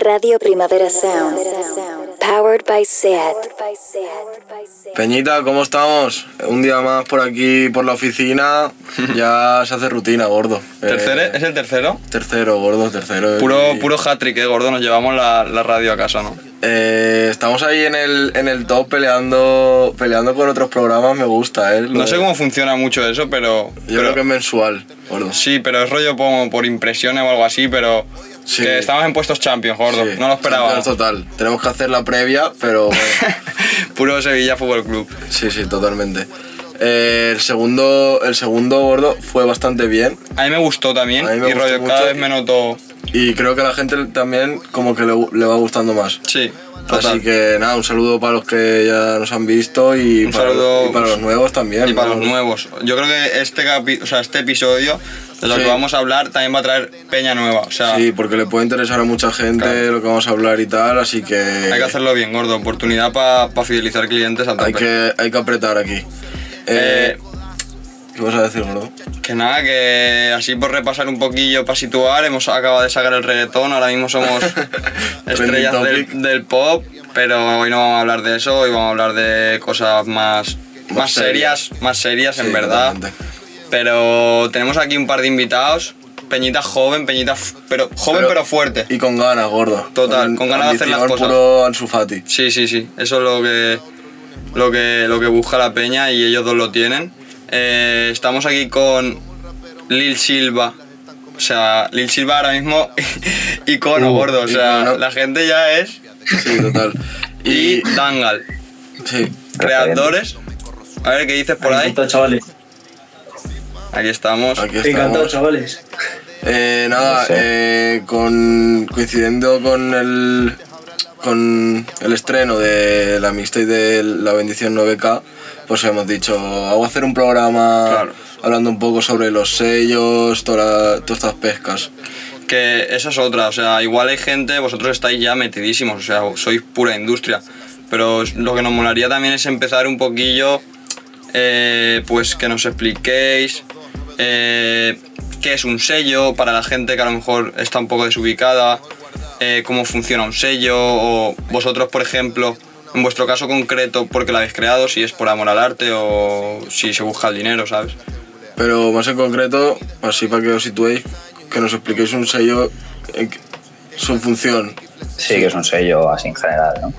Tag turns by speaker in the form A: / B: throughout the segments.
A: Radio Primavera Sound. Powered by SEAT.
B: Peñita, ¿cómo estamos? Un día más por aquí, por la oficina. Ya se hace rutina, gordo.
C: ¿Tercero?
B: Eh,
C: ¿Es el tercero?
B: Tercero, gordo, tercero.
C: Puro,
B: Y,
C: puro hat-trick, eh, gordo. Nos llevamos la, la radio a casa, ¿no?
B: eh, estamos ahí en el, en el top peleando, peleando con otros programas, me gusta, ¿eh? Lo
C: No
B: de-
C: sé cómo funciona mucho eso, pero.
B: Yo
C: pero-
B: creo que es mensual, gordo.
C: Sí, pero es rollo como por impresiones o algo así, pero.
B: Sí.
C: Que estamos en puestos champions, gordo.
B: Sí,
C: No lo esperaba.
B: Champions Total. Tenemos que hacer la previa, pero bueno,
C: Puro Sevilla Fútbol Club.
B: sí, sí, totalmente. Eh, el segundo, el segundo gordo fue bastante bien.
C: A mí me gustó también.
B: A mí me
C: y
B: gustó
C: rollo,
B: mucho
C: cada vez
B: y-
C: me noto.
B: Y creo que a la gente también como que le, gu- le va gustando más.
C: Sí. Total.
B: Así que nada, un saludo para los que ya nos han visto y,
C: Un
B: para,
C: saludo-
B: y para los nuevos también.
C: Y para los
B: ¿no?
C: nuevos. Yo creo que este, capi- o sea, este episodio de lo
B: Sí.
C: que vamos a hablar también va a traer peña nueva. O sea,
B: Sí, porque le puede interesar a mucha gente
C: Claro.
B: lo que vamos a hablar y tal, así que
C: hay que hacerlo bien, gordo. Oportunidad para fidelizar clientes a tope.
B: eh. hay que, eh, hay que apretar aquí. Eh,
C: Eh,
B: ¿Qué vas a decir, bro?
C: que nada, que así por repasar un poquillo para situar, hemos acabado de sacar el reggaetón, ahora mismo somos
B: Trending
C: estrellas
B: topic.
C: del, del pop, pero hoy no vamos a hablar de eso, hoy vamos a hablar de cosas más,
B: Más
C: más serias, más serias en
B: Sí,
C: verdad.
B: totalmente.
C: Pero tenemos aquí un par de invitados, Peñita joven, Peñita f- pero joven pero, fuerte.
B: Y con ganas, gordo.
C: Total, con ganas de hacer las
B: ambición
C: cosas.
B: puro Ansu Fati.
C: Sí, sí, sí. Eso es lo que, lo que, lo que busca la peña y ellos dos lo tienen. Eh, estamos aquí con Lil Silva. O sea, Lil Silva ahora mismo icono,
B: Uh,
C: gordo. O sea,
B: icono.
C: la gente ya es.
B: Sí, total.
C: Y
B: Y.
C: Dangal.
B: Sí.
C: Creadores. A ver qué dices por ahí.
D: Encantado, chavales.
C: Aquí estamos.
B: Aquí
D: Encantado,
B: estamos.
D: chavales.
B: Eh, nada, eh, con, coincidiendo con el, con el estreno de la mixtape de La Bendición 9K, pues hemos dicho, hago hacer un programa
C: Claro.
B: hablando un poco sobre los sellos, toda la- todas estas pescas.
C: Que esa es otra, o sea, igual hay gente, vosotros estáis ya metidísimos, o sea, sois pura industria. Pero lo que nos molaría también es empezar un poquillo, eh, pues que nos expliquéis eh, qué es un sello para la gente que a lo mejor está un poco desubicada, eh, cómo funciona un sello, o vosotros, por ejemplo, en vuestro caso concreto, porque lo habéis creado, si es por amor al arte o si se busca el dinero, ¿sabes?
B: Pero más en concreto, así para que os situéis, que nos expliquéis un sello, eh, su función.
E: Sí, que es un sello así en general, ¿no?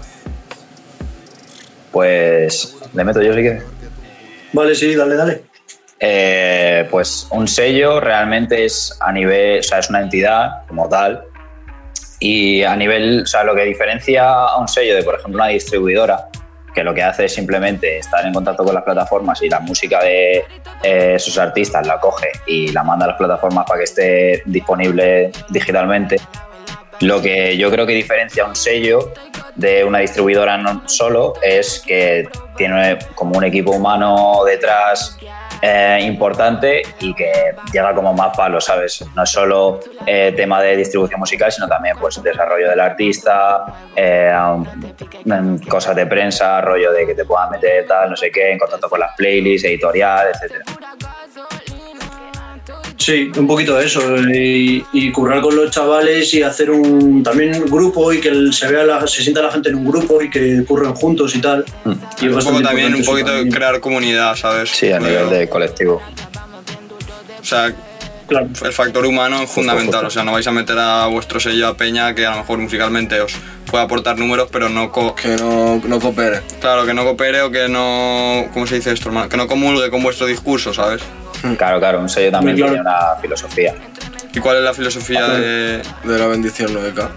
E: Pues, ¿le meto yo si quieres?
D: Vale, sí, dale, dale.
E: Eh, pues un sello realmente es a nivel, o sea, es una entidad como tal. Y a nivel, o sea, lo que diferencia a un sello de, por ejemplo, una distribuidora, que lo que hace es simplemente estar en contacto con las plataformas y la música de eh, sus artistas la coge y la manda a las plataformas para que esté disponible digitalmente. Lo que yo creo que diferencia un sello de una distribuidora no solo es que tiene como un equipo humano detrás eh, importante y que llega como más palo, ¿sabes? No es solo eh, tema de distribución musical, sino también pues desarrollo del artista, eh, um, cosas de prensa, rollo de que te puedan meter tal, no sé qué, en contacto con las playlists, editorial, etcétera.
D: Sí, un poquito de eso. eh, Y, y currar con los chavales y hacer un también un grupo y que el- se vea la, se sienta la gente en un grupo y que curren juntos y tal. Y es
C: Mm. un poco
D: bastante
C: también,
D: importante
C: un
D: eso
C: poquito de
D: también.
C: crear comunidad, ¿sabes?
E: Sí, a nivel de colectivo.
C: O sea,
D: Claro.
C: el factor humano es fundamental.
E: justo.
C: O sea, no vais a meter a vuestro sello a Peña que a lo mejor musicalmente os puede aportar números, pero no co-
B: Que no, no coopere.
C: claro, que no coopere o que no. ¿Cómo se dice esto, hermano? Que no comulgue con vuestro discurso, ¿sabes?
E: Claro, claro, un sello también
D: Muy claro.
E: tiene una filosofía.
C: ¿Y cuál es la filosofía de.?
B: De la bendición 9K.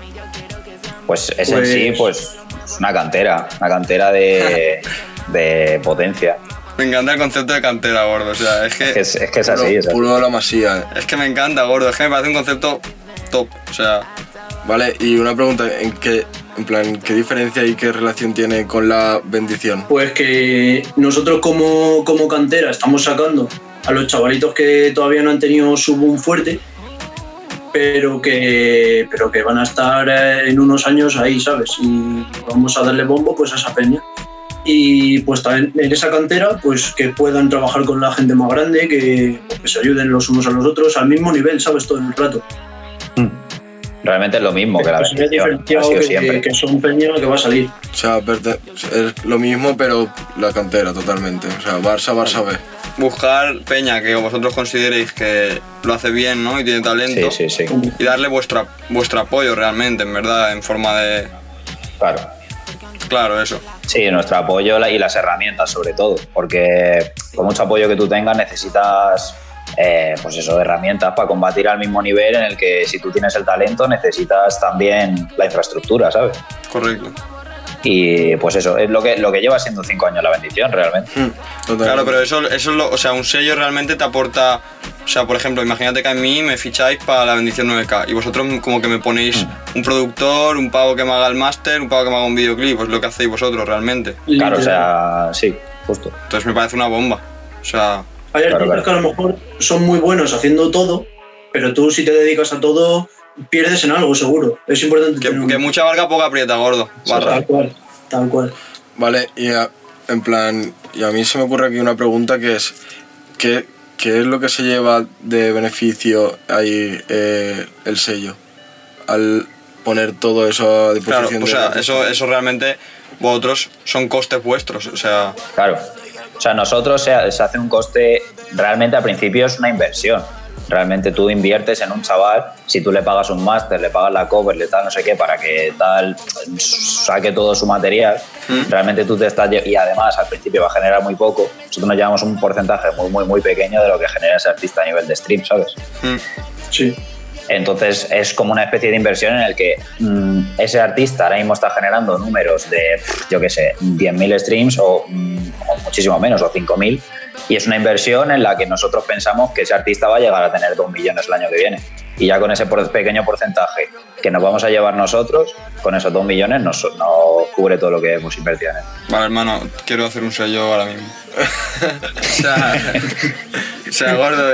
E: Pues es en
D: Pues-
E: sí, pues es una cantera, una cantera de, de potencia.
C: Me encanta el concepto de cantera, gordo. O sea, es
E: Es que
C: que,
E: es, es que es
B: Puro,
E: así. es así.
B: puro de la masía, eh.
C: es que me encanta, gordo. Es que me parece un concepto top. O sea,
B: Vale, y una pregunta, ¿en qué, en plan, ¿qué diferencia y qué relación tiene con la bendición?
D: Pues que nosotros como, como cantera estamos sacando a los chavalitos que todavía no han tenido su boom fuerte, pero que, pero que van a estar eh, en unos años ahí, ¿sabes? Y vamos a darle bombo pues a esa peña. Y pues también en esa cantera, pues que puedan trabajar con la gente más grande, pues, que, que se ayuden los unos a los otros al mismo nivel, ¿sabes? Todo el rato.
E: Realmente es lo mismo que la
D: Pues es
E: bendición. Ha
D: diferenciado
E: sido
D: que-
E: siempre.
D: que son peña que va a salir.
B: O sea, perte- es lo mismo, pero la cantera totalmente. O sea, Barça, Barça B.
C: Buscar peña que vosotros consideréis que lo hace bien, ¿no? Y tiene talento.
E: Sí, sí, sí.
C: Y darle vuestra, vuestro apoyo realmente, en verdad, en forma de...
E: Claro.
C: Claro, eso.
E: Sí, nuestro apoyo la- y las herramientas sobre todo, porque con mucho apoyo que tú tengas necesitas eh, pues eso, herramientas para combatir al mismo nivel en el que si tú tienes el talento necesitas también la infraestructura, ¿sabes?
C: Correcto.
E: Y pues eso, es lo que, lo que lleva siendo cinco años la bendición realmente.
B: Mm, totalmente.
C: Claro, pero eso, eso es lo, o sea, un sello realmente te aporta, o sea, por ejemplo, imagínate que a mí me ficháis para la bendición 9K y vosotros como que me ponéis un productor, un pavo que me haga el máster, un pavo que me haga un videoclip, pues lo que hacéis vosotros realmente.
E: Claro, o
D: Literal.
E: sea, sí, justo.
C: Entonces me parece una bomba. O sea,
D: Hay
E: Claro,
D: artistas
E: claro.
D: que a lo mejor son muy buenos haciendo todo, pero tú si te dedicas a todo, pierdes en algo seguro. Es importante
C: que,
D: tener un-
C: que mucha barca, poca aprieta, gordo. Barra.
D: Tal cual, tal cual.
B: Vale, y a- en plan, y a mí se me ocurre aquí una pregunta que es, ¿qué, qué es lo que se lleva de beneficio ahí eh, el sello? Al poner todo eso a
C: Claro,
B: disposición
C: o
B: de
C: sea,
B: la-
C: eso, eso realmente vosotros son costes vuestros, o sea,
E: Claro. O sea, nosotros se, se hace un coste, realmente al principio es una inversión. Realmente tú inviertes en un chaval, si tú le pagas un máster, le pagas la cover, le tal, no sé qué, para que tal saque todo su material, realmente tú te estás... lle- Y además al principio va a generar muy poco, nosotros nos llevamos un porcentaje muy, muy, muy pequeño de lo que genera ese artista a nivel de stream, ¿sabes?
C: mm,
D: Sí.
E: Entonces es como una especie de inversión en el que mm, ese artista ahora mismo está generando números de, yo qué sé, 10.000 streams o, mm, o muchísimo menos, o 5.000. Y es una inversión en la que nosotros pensamos que ese artista va a llegar a tener 2 millones el año que viene. Y ya con ese por- pequeño porcentaje que nos vamos a llevar nosotros, con esos 2 millones nos, nos cubre todo lo que hemos invertido en él.
C: Vale, hermano, quiero hacer un sello ahora mismo. o sea, o sea, gordo.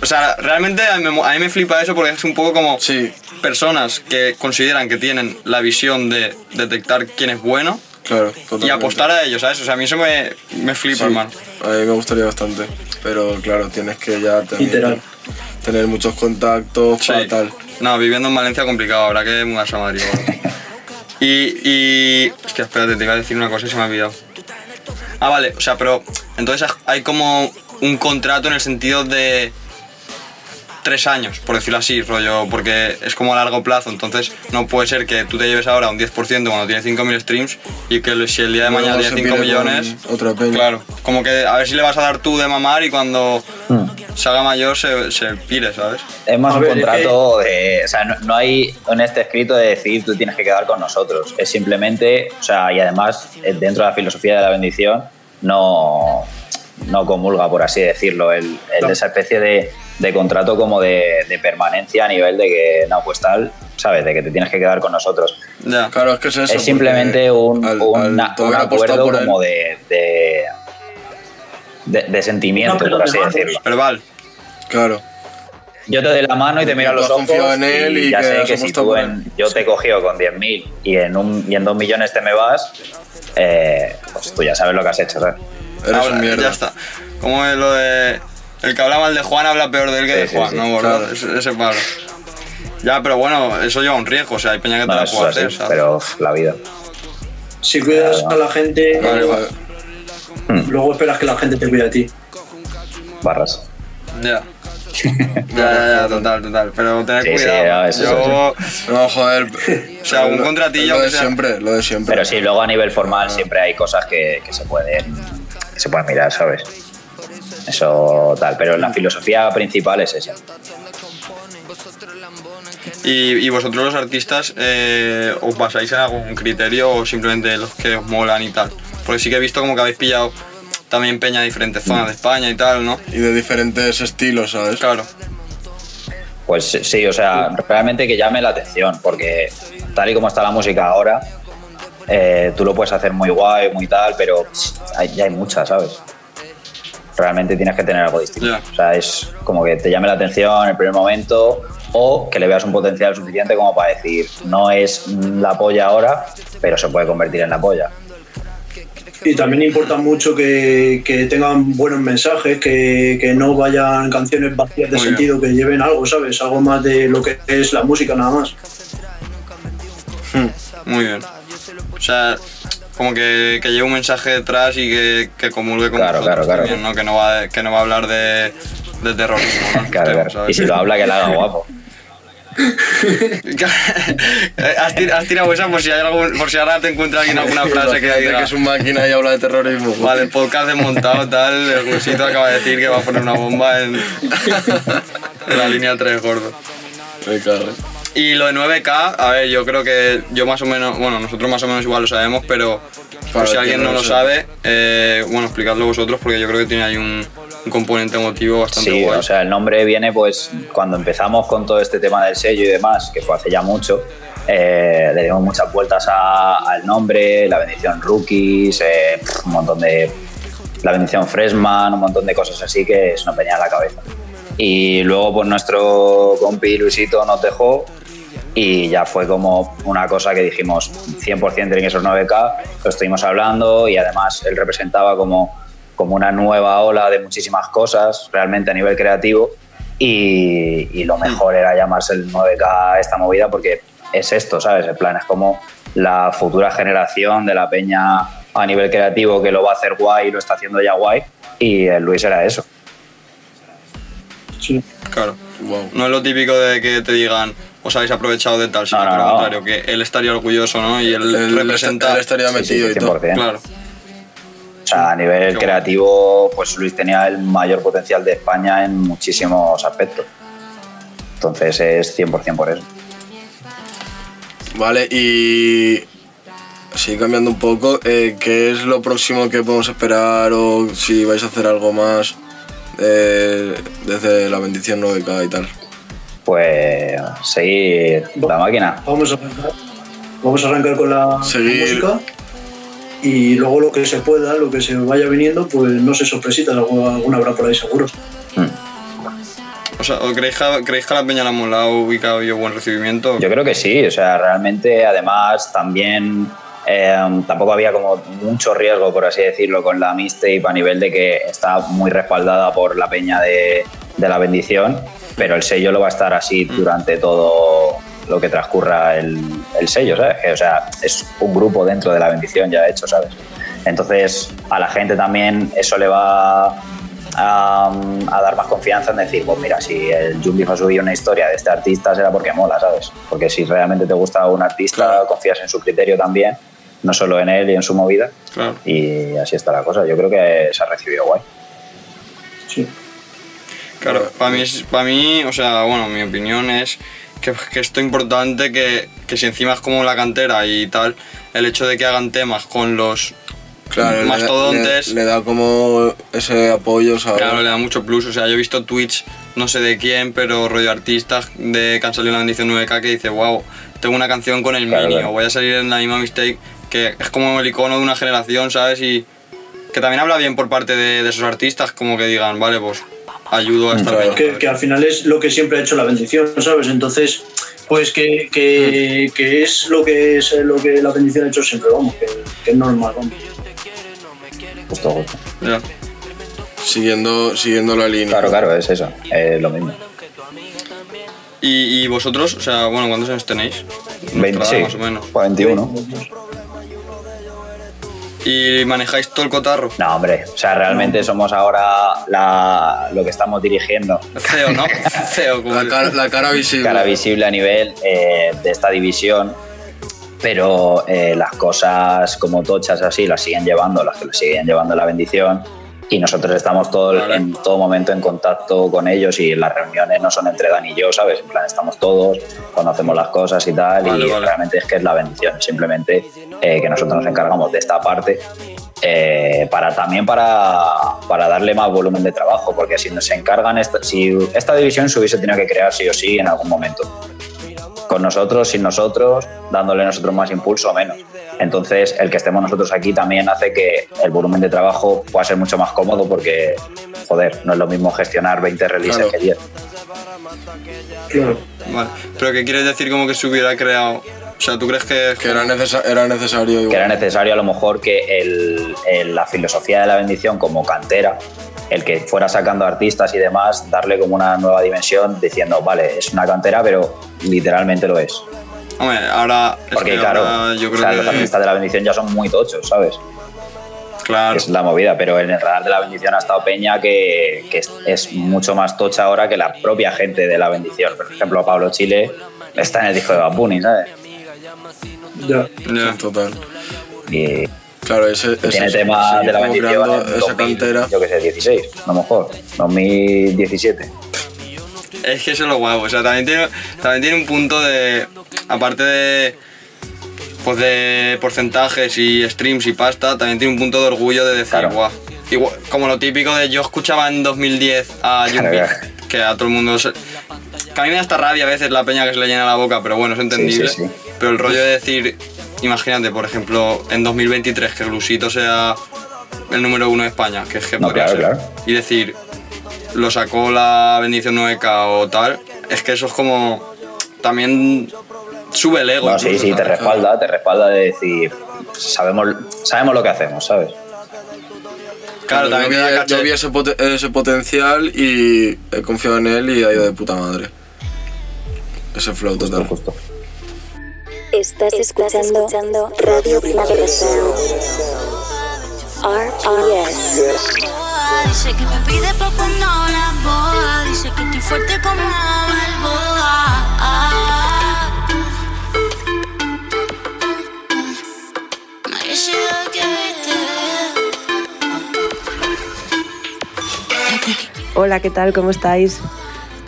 C: O sea, realmente a mí, me- a mí me flipa eso porque es un poco como
B: Sí,
C: personas que consideran que tienen la visión de detectar quién es bueno
B: claro. totalmente.
C: y apostar a ellos, ¿sabes? O sea, a mí eso me, me flipa,
B: Sí,
C: hermano.
B: A mí me gustaría bastante, pero claro, tienes que ya también
D: Literal.
B: tener muchos contactos
C: Sí.
B: para tal.
C: No, viviendo en Valencia complicado, habrá que mudarse a Madrid. gordo. y, y. Hostia, espérate, te iba a decir una cosa y se me ha olvidado. Ah, vale, o sea, pero. Entonces hay como un contrato en el sentido de. Tres años, por decirlo así, rollo, porque es como a largo plazo, entonces no puede ser que tú te lleves ahora un 10% cuando tienes 5.000 streams y que si el día de
B: Luego
C: mañana
B: se
C: tienes 5
B: pide con
C: millones.
B: Otra peña.
C: Claro, como que a ver si le vas a dar tú de mamar y cuando
B: Hmm.
C: se haga mayor se, se pire, ¿sabes?
E: Es más
D: A
E: un
D: ver, es
E: contrato de. O sea, no, no hay en este escrito de decir tú tienes que quedar con nosotros. Es simplemente. O sea, y además, eh, dentro de la filosofía de la bendición, no, no comulga, por así decirlo, el, el- esa especie de, de contrato como de, de permanencia a nivel de que, no, pues tal, ¿sabes? De que te tienes que quedar con nosotros.
C: Ya.
B: Claro, es que es eso.
E: es simplemente
B: porque
E: un,
B: al-
E: un-
B: al
E: una- un
B: haber apostado
E: acuerdo
B: por él-
E: como de. de de, de sentimiento,
D: No, pero
E: por
D: de
E: así
D: manos.
E: decirlo.
C: Pero vale,
B: Claro.
E: Yo te doy la mano y te miro a
B: Tú has
E: los ojos.
B: confiado en él y
E: ya
B: que
E: sé
B: has
E: que si
B: apostado
E: tú
B: por
E: en-
B: él.
E: yo te he cogido con 10.000 y en un y en 2 millones te me vas, eh, pues tú ya sabes lo que has hecho, ¿sabes?
B: Eres
C: Habla-
B: un mierda.
C: Ya está. Como es lo de. El que habla mal de Juan habla peor del que
E: Sí,
C: de
E: sí,
C: Juan,
E: sí.
C: ¿no? Gordo?
B: Claro.
C: Ese, ese palo. Ya, pero bueno, eso lleva un riesgo, o sea, hay peña que te
E: No,
C: la
E: eso
C: puede
E: es
C: hacer,
E: así,
C: ¿sabes?
E: pero uf, la vida.
D: Si cuidas a la gente,
B: Vale, vale.
D: luego esperas que la gente te cuide a ti.
E: Barras.
C: Ya. ya, ya, ya, total, total. Pero tener
E: Sí, sí,
C: cuidado.
E: no, eso es
C: Yo-
B: No, joder.
C: O sea, un
B: Lo-
C: contratillo,
B: Lo
C: aunque
B: de
C: sea.
B: siempre, lo de siempre.
E: Pero sí, luego a nivel
C: Ah.
E: formal siempre hay cosas que, que se pueden que se pueden mirar, ¿sabes? Eso tal, pero
C: Mm.
E: la filosofía principal es esa.
C: Y, y vosotros los artistas, eh, ¿os basáis en algún criterio o simplemente los que os molan y tal? Porque sí que he visto como que habéis pillado también peña de diferentes zonas de España y tal, ¿no?
B: Y de diferentes estilos, ¿sabes?
C: Claro.
E: Pues sí, o sea, realmente que llame la atención, porque tal y como está la música ahora, eh, tú lo puedes hacer muy guay, muy tal, pero pss, hay, ya hay muchas, ¿sabes? Realmente tienes que tener algo distinto.
C: Ya.
E: O sea, es como que te llame la atención en el primer momento o que le veas un potencial suficiente como para decir, no es la polla ahora, pero se puede convertir en la polla.
D: Y también importa mucho que, que tengan buenos mensajes, que, que no vayan canciones vacías de
C: Muy bien.
D: sentido, que lleven algo, ¿sabes? Algo más de lo que es la música nada más.
C: Muy bien. O sea, como que, que lleve un mensaje detrás y que, que comulgue con
E: Claro,
C: vosotros
E: claro, claro.
C: también, ¿no? Que no va, que no va a hablar de, de terrorismo, ¿no?
E: Claro,
C: Tema,
E: claro. Y
C: ¿sabes?
E: si lo habla, que la haga guapo.
C: has, tir- has tirado esa por si, hay algún- por si ahora te encuentras alguien alguna frase que
B: Imagínate
C: diga,
B: que es un máquina y habla de terrorismo.
C: Vale, el podcast desmontado, tal, el Gusito acaba de decir que va a poner una bomba en, en la línea 3, gordo.
B: Me cago.
C: Y lo de 9K, a ver, yo creo que yo más o menos, bueno, nosotros más o menos igual lo sabemos, pero por
B: Para
C: si
B: quien
C: alguien
B: no
C: no
B: lo
C: lo
B: sepa.
C: sabe, eh, bueno, explicadlo vosotros porque yo creo que tiene ahí un, un componente emotivo bastante
E: Sí,
C: guay.
E: o sea, el nombre viene pues cuando empezamos con todo este tema del sello y demás, que fue hace ya mucho, eh, le dimos muchas vueltas a- al nombre, la bendición rookies, eh, pf, un montón de... la bendición freshman, un montón de cosas así que se nos venía a la cabeza. Y luego pues nuestro compi Luisito nos dejó y ya fue como una cosa que dijimos 100% tienen esos 9K, lo estuvimos hablando y además él representaba como, como una nueva ola de muchísimas cosas realmente a nivel creativo y, y lo mejor era llamarse el 9K esta movida porque es esto, ¿sabes? El plan es como la futura generación de la peña a nivel creativo que lo va a hacer guay y lo está haciendo ya guay y el Luis era eso.
D: Sí.
C: Claro.
B: Wow.
C: No es lo típico de que te digan, os habéis aprovechado de tal, sino
E: No, no,
C: por el
E: no.
C: contrario, que él estaría orgulloso, ¿no? Y él,
B: Él
C: representa.
B: él estaría
E: Sí, sí,
B: metido y todo.
E: 100%.
C: Claro.
E: O sea, a
C: Qué
E: nivel
C: guay.
E: creativo, pues Luis tenía el mayor potencial de España en muchísimos aspectos. Entonces es 100% por eso.
B: Vale, y así cambiando un poco, eh, ¿qué es lo próximo que podemos esperar o si vais a hacer algo más eh, desde la bendición 9K y tal?
E: Pues seguir la máquina.
D: Vamos a arrancar, vamos a arrancar con la
B: Seguir.
D: música y luego lo que se pueda, lo que se vaya viniendo, pues no sé, sorpresitas, algo- alguna habrá por ahí seguro.
E: Mm.
C: O sea, ¿o creéis, que- creéis que a la Peña la Mola ha ubicado yo buen recibimiento?
E: Yo creo que sí, o sea, realmente además también eh, tampoco había como mucho riesgo, por así decirlo, con la mixtape a nivel de que está muy respaldada por la peña de, de la bendición, pero el sello lo va a estar así durante todo lo que transcurra el, el sello, ¿sabes? Que, o sea, es un grupo dentro de la bendición ya hecho, ¿sabes? Entonces a la gente también eso le va a, a dar más confianza en decir, pues mira, si el Jumbif ha subido una historia de este artista será porque mola, ¿sabes? Porque si realmente te gusta un artista,
B: Claro.
E: confías en su criterio también, no solo en él y en su movida.
C: Claro.
E: Y así está la cosa. Yo creo que se ha recibido guay.
D: Sí.
C: Claro, para mí, para mí, o sea, bueno, mi opinión es que, que esto es importante que, que si encima es como la cantera y tal, el hecho de que hagan temas con los
B: Claro, le-
C: mastodontes,
B: Le, le da como ese apoyo, ¿sabes?
C: claro, le da mucho plus. O sea, yo he visto tweets, no sé de quién, pero rollo artistas de que han salido en la bendición 9K que dice, wow, tengo una canción con el
E: Claro,
C: mini,
E: claro.
C: o voy a salir en la misma mistake, que es como el icono de una generación, ¿sabes? Y que también habla bien por parte de, de esos artistas, como que digan, vale, pues ayudo a esta
B: Claro.
C: peña",
D: que,
C: ¿sabes?
D: que al final es lo que siempre ha hecho la bendición, ¿sabes? Entonces, pues que, que, que es lo que es eh, lo que la bendición ha hecho siempre, vamos, que, que es normal, vamos.
E: Justo, justo.
C: Ya.
B: Siguiendo, siguiendo la línea.
E: Claro, claro, es eso. Es lo mismo.
C: ¿Y, y vosotros, o sea, bueno, ¿cuántos años tenéis? Nuestra
E: 26,
C: edad, más o menos.
E: 21.
C: ¿Y manejáis todo el cotarro?
E: No, hombre. O sea, realmente somos ahora la- lo que estamos dirigiendo.
C: Feo, ¿no? Feo,
E: Ah,
C: como
B: La, cara, la cara visible.
E: cara visible a nivel eh, de esta división, pero eh, las cosas como tochas así las siguen llevando, las que le siguen llevando la bendición. Y nosotros estamos todo, el-
C: Vale.
E: en todo momento en contacto con ellos y las reuniones no son entre Dan y yo, ¿sabes? En plan, estamos todos cuando hacemos las cosas y tal.
C: Vale,
E: y
C: vale.
E: realmente es que es la bendición, simplemente eh, que nosotros nos encargamos de esta parte eh, para también para, para darle más volumen de trabajo, porque si nos encargan, esta, si esta división se hubiese tenido que crear sí o sí en algún momento, con nosotros, sin nosotros, dándole nosotros más impulso o menos. Entonces, el que estemos nosotros aquí también hace que el volumen de trabajo pueda ser mucho más cómodo porque, joder, no es lo mismo gestionar 20 releases
B: Claro.
E: que 10.
D: Claro.
C: Vale. ¿Pero qué quieres decir como que se hubiera creado O sea, ¿tú crees que,
B: Que era, necesa- era necesario igual.
E: que era necesario a lo mejor que el- el- la filosofía de la bendición como cantera, el que fuera sacando artistas y demás, darle como una nueva dimensión diciendo, vale, es una cantera, pero literalmente lo es.
C: Hombre, ahora. es
E: Porque
C: que
E: claro,
C: ahora yo
E: o sea,
C: creo
E: los artistas de la bendición ya son muy tochos, ¿sabes?
C: que. Claro.
E: Es la movida, pero en el radar de la bendición ha estado Peña que, que es, es mucho más tocha ahora que la propia gente de la bendición. Por ejemplo, Pablo Chile está en el disco de Bad Bunny, ¿sabes?
D: Ya.
C: Ya.
B: Total.
E: Y
B: Claro, ese, ese
E: tiene
B: se-
E: tema
B: se
E: de la
B: fue
E: bendición
B: creando
E: en
B: esa
E: 2000,
B: cantera.
E: yo que sé, 16, a lo mejor, 2017.
C: Es que eso es lo guapo. O sea, también tiene, también tiene un punto de. Aparte de. Pues de porcentajes y streams y pasta, también tiene un punto de orgullo de decir,
E: Claro.
C: guau. Igual- como lo típico de yo escuchaba en 2010 a
E: Claro,
C: Jumbi,
E: claro.
C: que a todo el mundo. se- que a mí me da hasta rabia a veces la peña que se le llena la boca, pero bueno, es entendible.
E: sí, sí.
C: Pero el rollo de decir, imagínate, por ejemplo, en 2023 que Glusito sea el número uno de España, que es que
E: No,
C: podría
E: claro,
C: ser.
E: claro.
C: Y decir, lo sacó la bendición 9K o tal, es que eso es como. También sube el ego.
E: No, sí,
C: incluso,
E: sí, te
C: ¿sabes?
E: respalda, te respalda de decir, sabemos, sabemos lo que hacemos, ¿sabes?
C: Claro,
B: yo
C: también
B: vi,
C: te da
B: yo vi
C: caché.
B: ese, pote- eh, ese potencial y he confiado en él y ha ido de puta madre. Ese flow
E: Justo,
B: total.
E: justo.
A: Estás escuchando Radio Primavera Sound. RPS.
F: Dice que me pide poco no la boda. Dice que estoy fuerte como Balboa. Nadie llega que viste.
G: Hola, ¿qué tal? ¿Cómo estáis?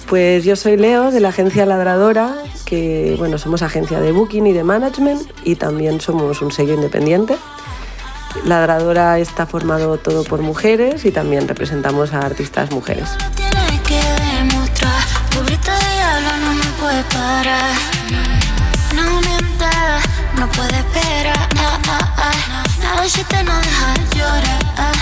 G: Pues yo soy Leo de la agencia Ladradora, que bueno, somos agencia de booking y de management y también somos un sello independiente. Ladradora está formado todo por mujeres y también representamos a artistas mujeres.
F: Lo tienes que demostrar. Tu grito de diablo no me puede parar. No mientas, no puedes esperar. Ah, Na, na, na. Nada si te no deja llorar.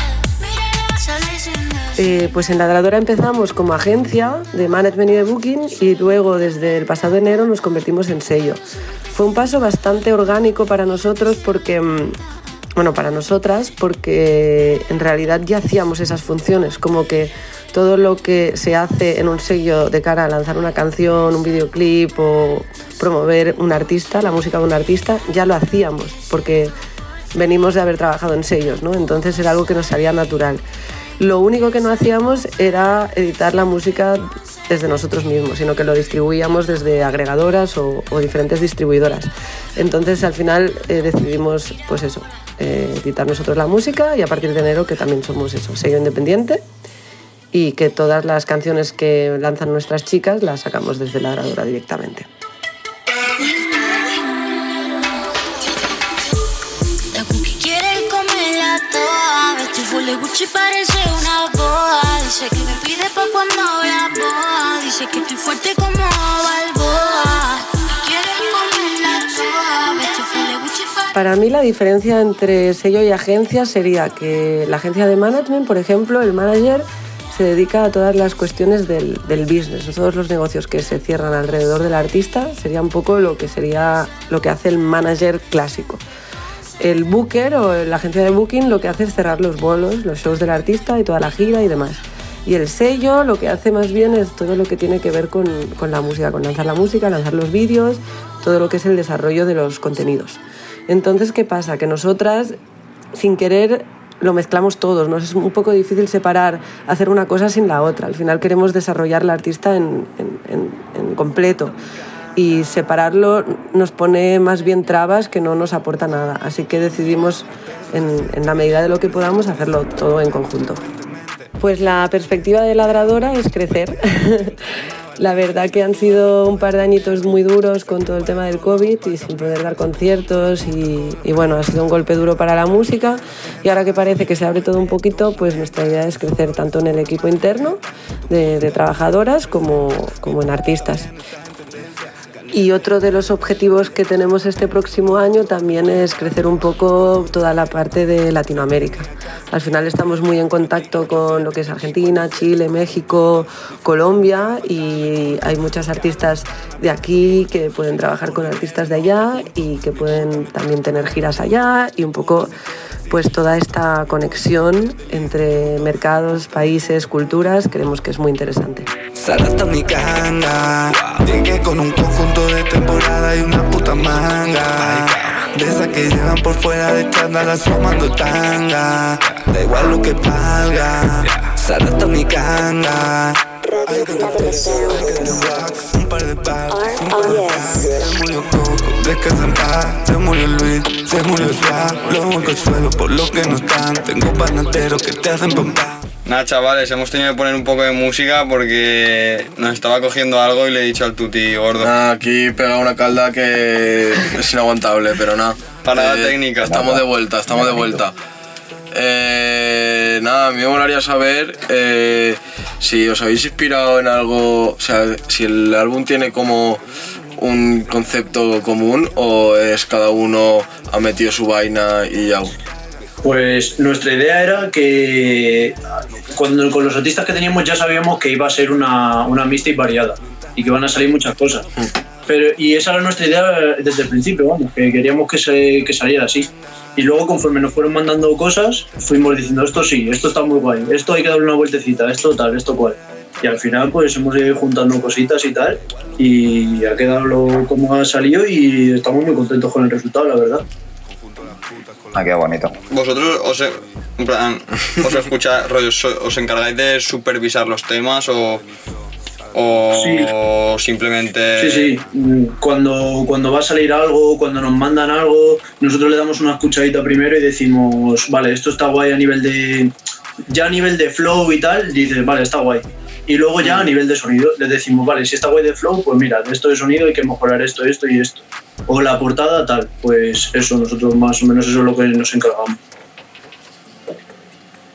F: Mira, sale sin decir.
G: Eh, pues en Ladradora empezamos como agencia de management y de booking y luego desde el pasado enero nos convertimos en sello. Fue un paso bastante orgánico para nosotros porque, mm, bueno, para nosotras, porque en realidad ya hacíamos esas funciones, como que todo lo que se hace en un sello de cara a lanzar una canción, un videoclip o promover un artista, la música de un artista, ya lo hacíamos porque venimos de haber trabajado en sellos, ¿no? Entonces era algo que nos salía natural. Lo único que no hacíamos era editar la música desde nosotros mismos, sino que lo distribuíamos desde agregadoras o, o diferentes distribuidoras. Entonces al final eh, decidimos, pues eso, eh, editar nosotros la música y a partir de enero que también somos eso, sello independiente y que todas las canciones que lanzan nuestras chicas las sacamos desde la grabadora directamente.
F: La cookie quiere comerla toda. Vestir full de Gucci parece una boa. Dice que me pide pa' cuando la boa. Dice que estoy fuerte como Balboa. Quiere comerla toda. Vestir full de Gucci parece.
G: Para mí la diferencia entre sello y agencia sería que la agencia de management, por ejemplo, el manager se dedica a todas las cuestiones del, del business, a todos los negocios que se cierran alrededor del artista, sería un poco lo que sería lo que hace el manager clásico. El booker o la agencia de booking lo que hace es cerrar los bolos, los shows del artista y toda la gira y demás. Y el sello lo que hace más bien es todo lo que tiene que ver con, con la música, con lanzar la música, lanzar los vídeos, todo lo que es el desarrollo de los contenidos. Entonces, ¿qué pasa? Que nosotras, sin querer, lo mezclamos todos, nos es un poco difícil separar, hacer una cosa sin la otra. Al final queremos desarrollar la artista en- en- en- en completo y separarlo nos pone más bien trabas que no nos aporta nada. Así que decidimos, en, en la medida de lo que podamos, hacerlo todo en conjunto. Pues la perspectiva de ladradora es crecer. la verdad que han sido un par de añitos muy duros con todo el tema del COVID y sin poder dar conciertos y, y bueno, ha sido un golpe duro para la música y ahora que parece que se abre todo un poquito, pues nuestra idea es crecer tanto en el equipo interno de, de trabajadoras como, como en artistas. Y otro de los objetivos que tenemos este próximo año también es crecer un poco toda la parte de Latinoamérica. Al final estamos muy en contacto con lo que es Argentina, Chile, México, Colombia y hay muchas artistas de aquí que pueden trabajar con artistas de allá y que pueden también tener giras allá y un poco pues toda esta conexión entre mercados, países, culturas, creemos que es muy interesante.
H: Zarata mi ganga. Llegué con un conjunto de temporada y una puta manga. De esas que llevan por fuera de chándala sumando tanga. Da igual lo que valga. Zarata mi ganga.
A: Radio Clavero Sound.
H: Un par de pal, un par de pal.
A: RRS.
H: Se murió Coco, descansa en paz. Se murió Luis, se murió Swag. Los en el suelo por lo que no están. Tengo panateros que te hacen pompa.
C: Nada, chavales, hemos tenido que poner un poco de música porque nos estaba cogiendo algo y le he dicho al tuti gordo.
B: Nada, aquí pega una calda que es inaguantable, pero nada. Eh,
C: Parada técnica.
B: Estamos de vuelta, estamos de vuelta. Eh, nada, a mí me molaría saber eh, si os habéis inspirado en algo, o sea, si el álbum tiene como un concepto común o es cada uno ha metido su vaina y ya.
D: Pues nuestra idea era que cuando con los artistas que teníamos ya sabíamos que iba a ser una, una mixtape variada y que van a salir muchas cosas. Pero, y esa era nuestra idea desde el principio, vamos, que queríamos que, se, que saliera así. Y luego conforme nos fueron mandando cosas, fuimos diciendo esto sí, esto está muy guay, esto hay que darle una vueltecita, esto tal, esto cual. Y al final pues hemos ido juntando cositas y tal y ha quedado lo- como ha salido y estamos muy contentos con el resultado, la verdad.
E: Ha quedado Ah, bonito.
C: ¿Vosotros os, e- en plan, os escucha- rollo, so- os encargáis de supervisar los temas o, o
D: Sí.
C: simplemente...
D: Sí, sí. Mm, Cuando, cuando va a salir algo, cuando nos mandan algo, nosotros le damos una escuchadita primero y decimos, vale, esto está guay a nivel de. Ya a nivel de flow y tal, dices, vale, está guay. Y luego ya a nivel de sonido les decimos, vale, si está guay de flow, pues mira, de esto de sonido hay que mejorar esto, esto y esto. O la portada, tal. Pues eso, nosotros más o menos eso es lo que nos encargamos.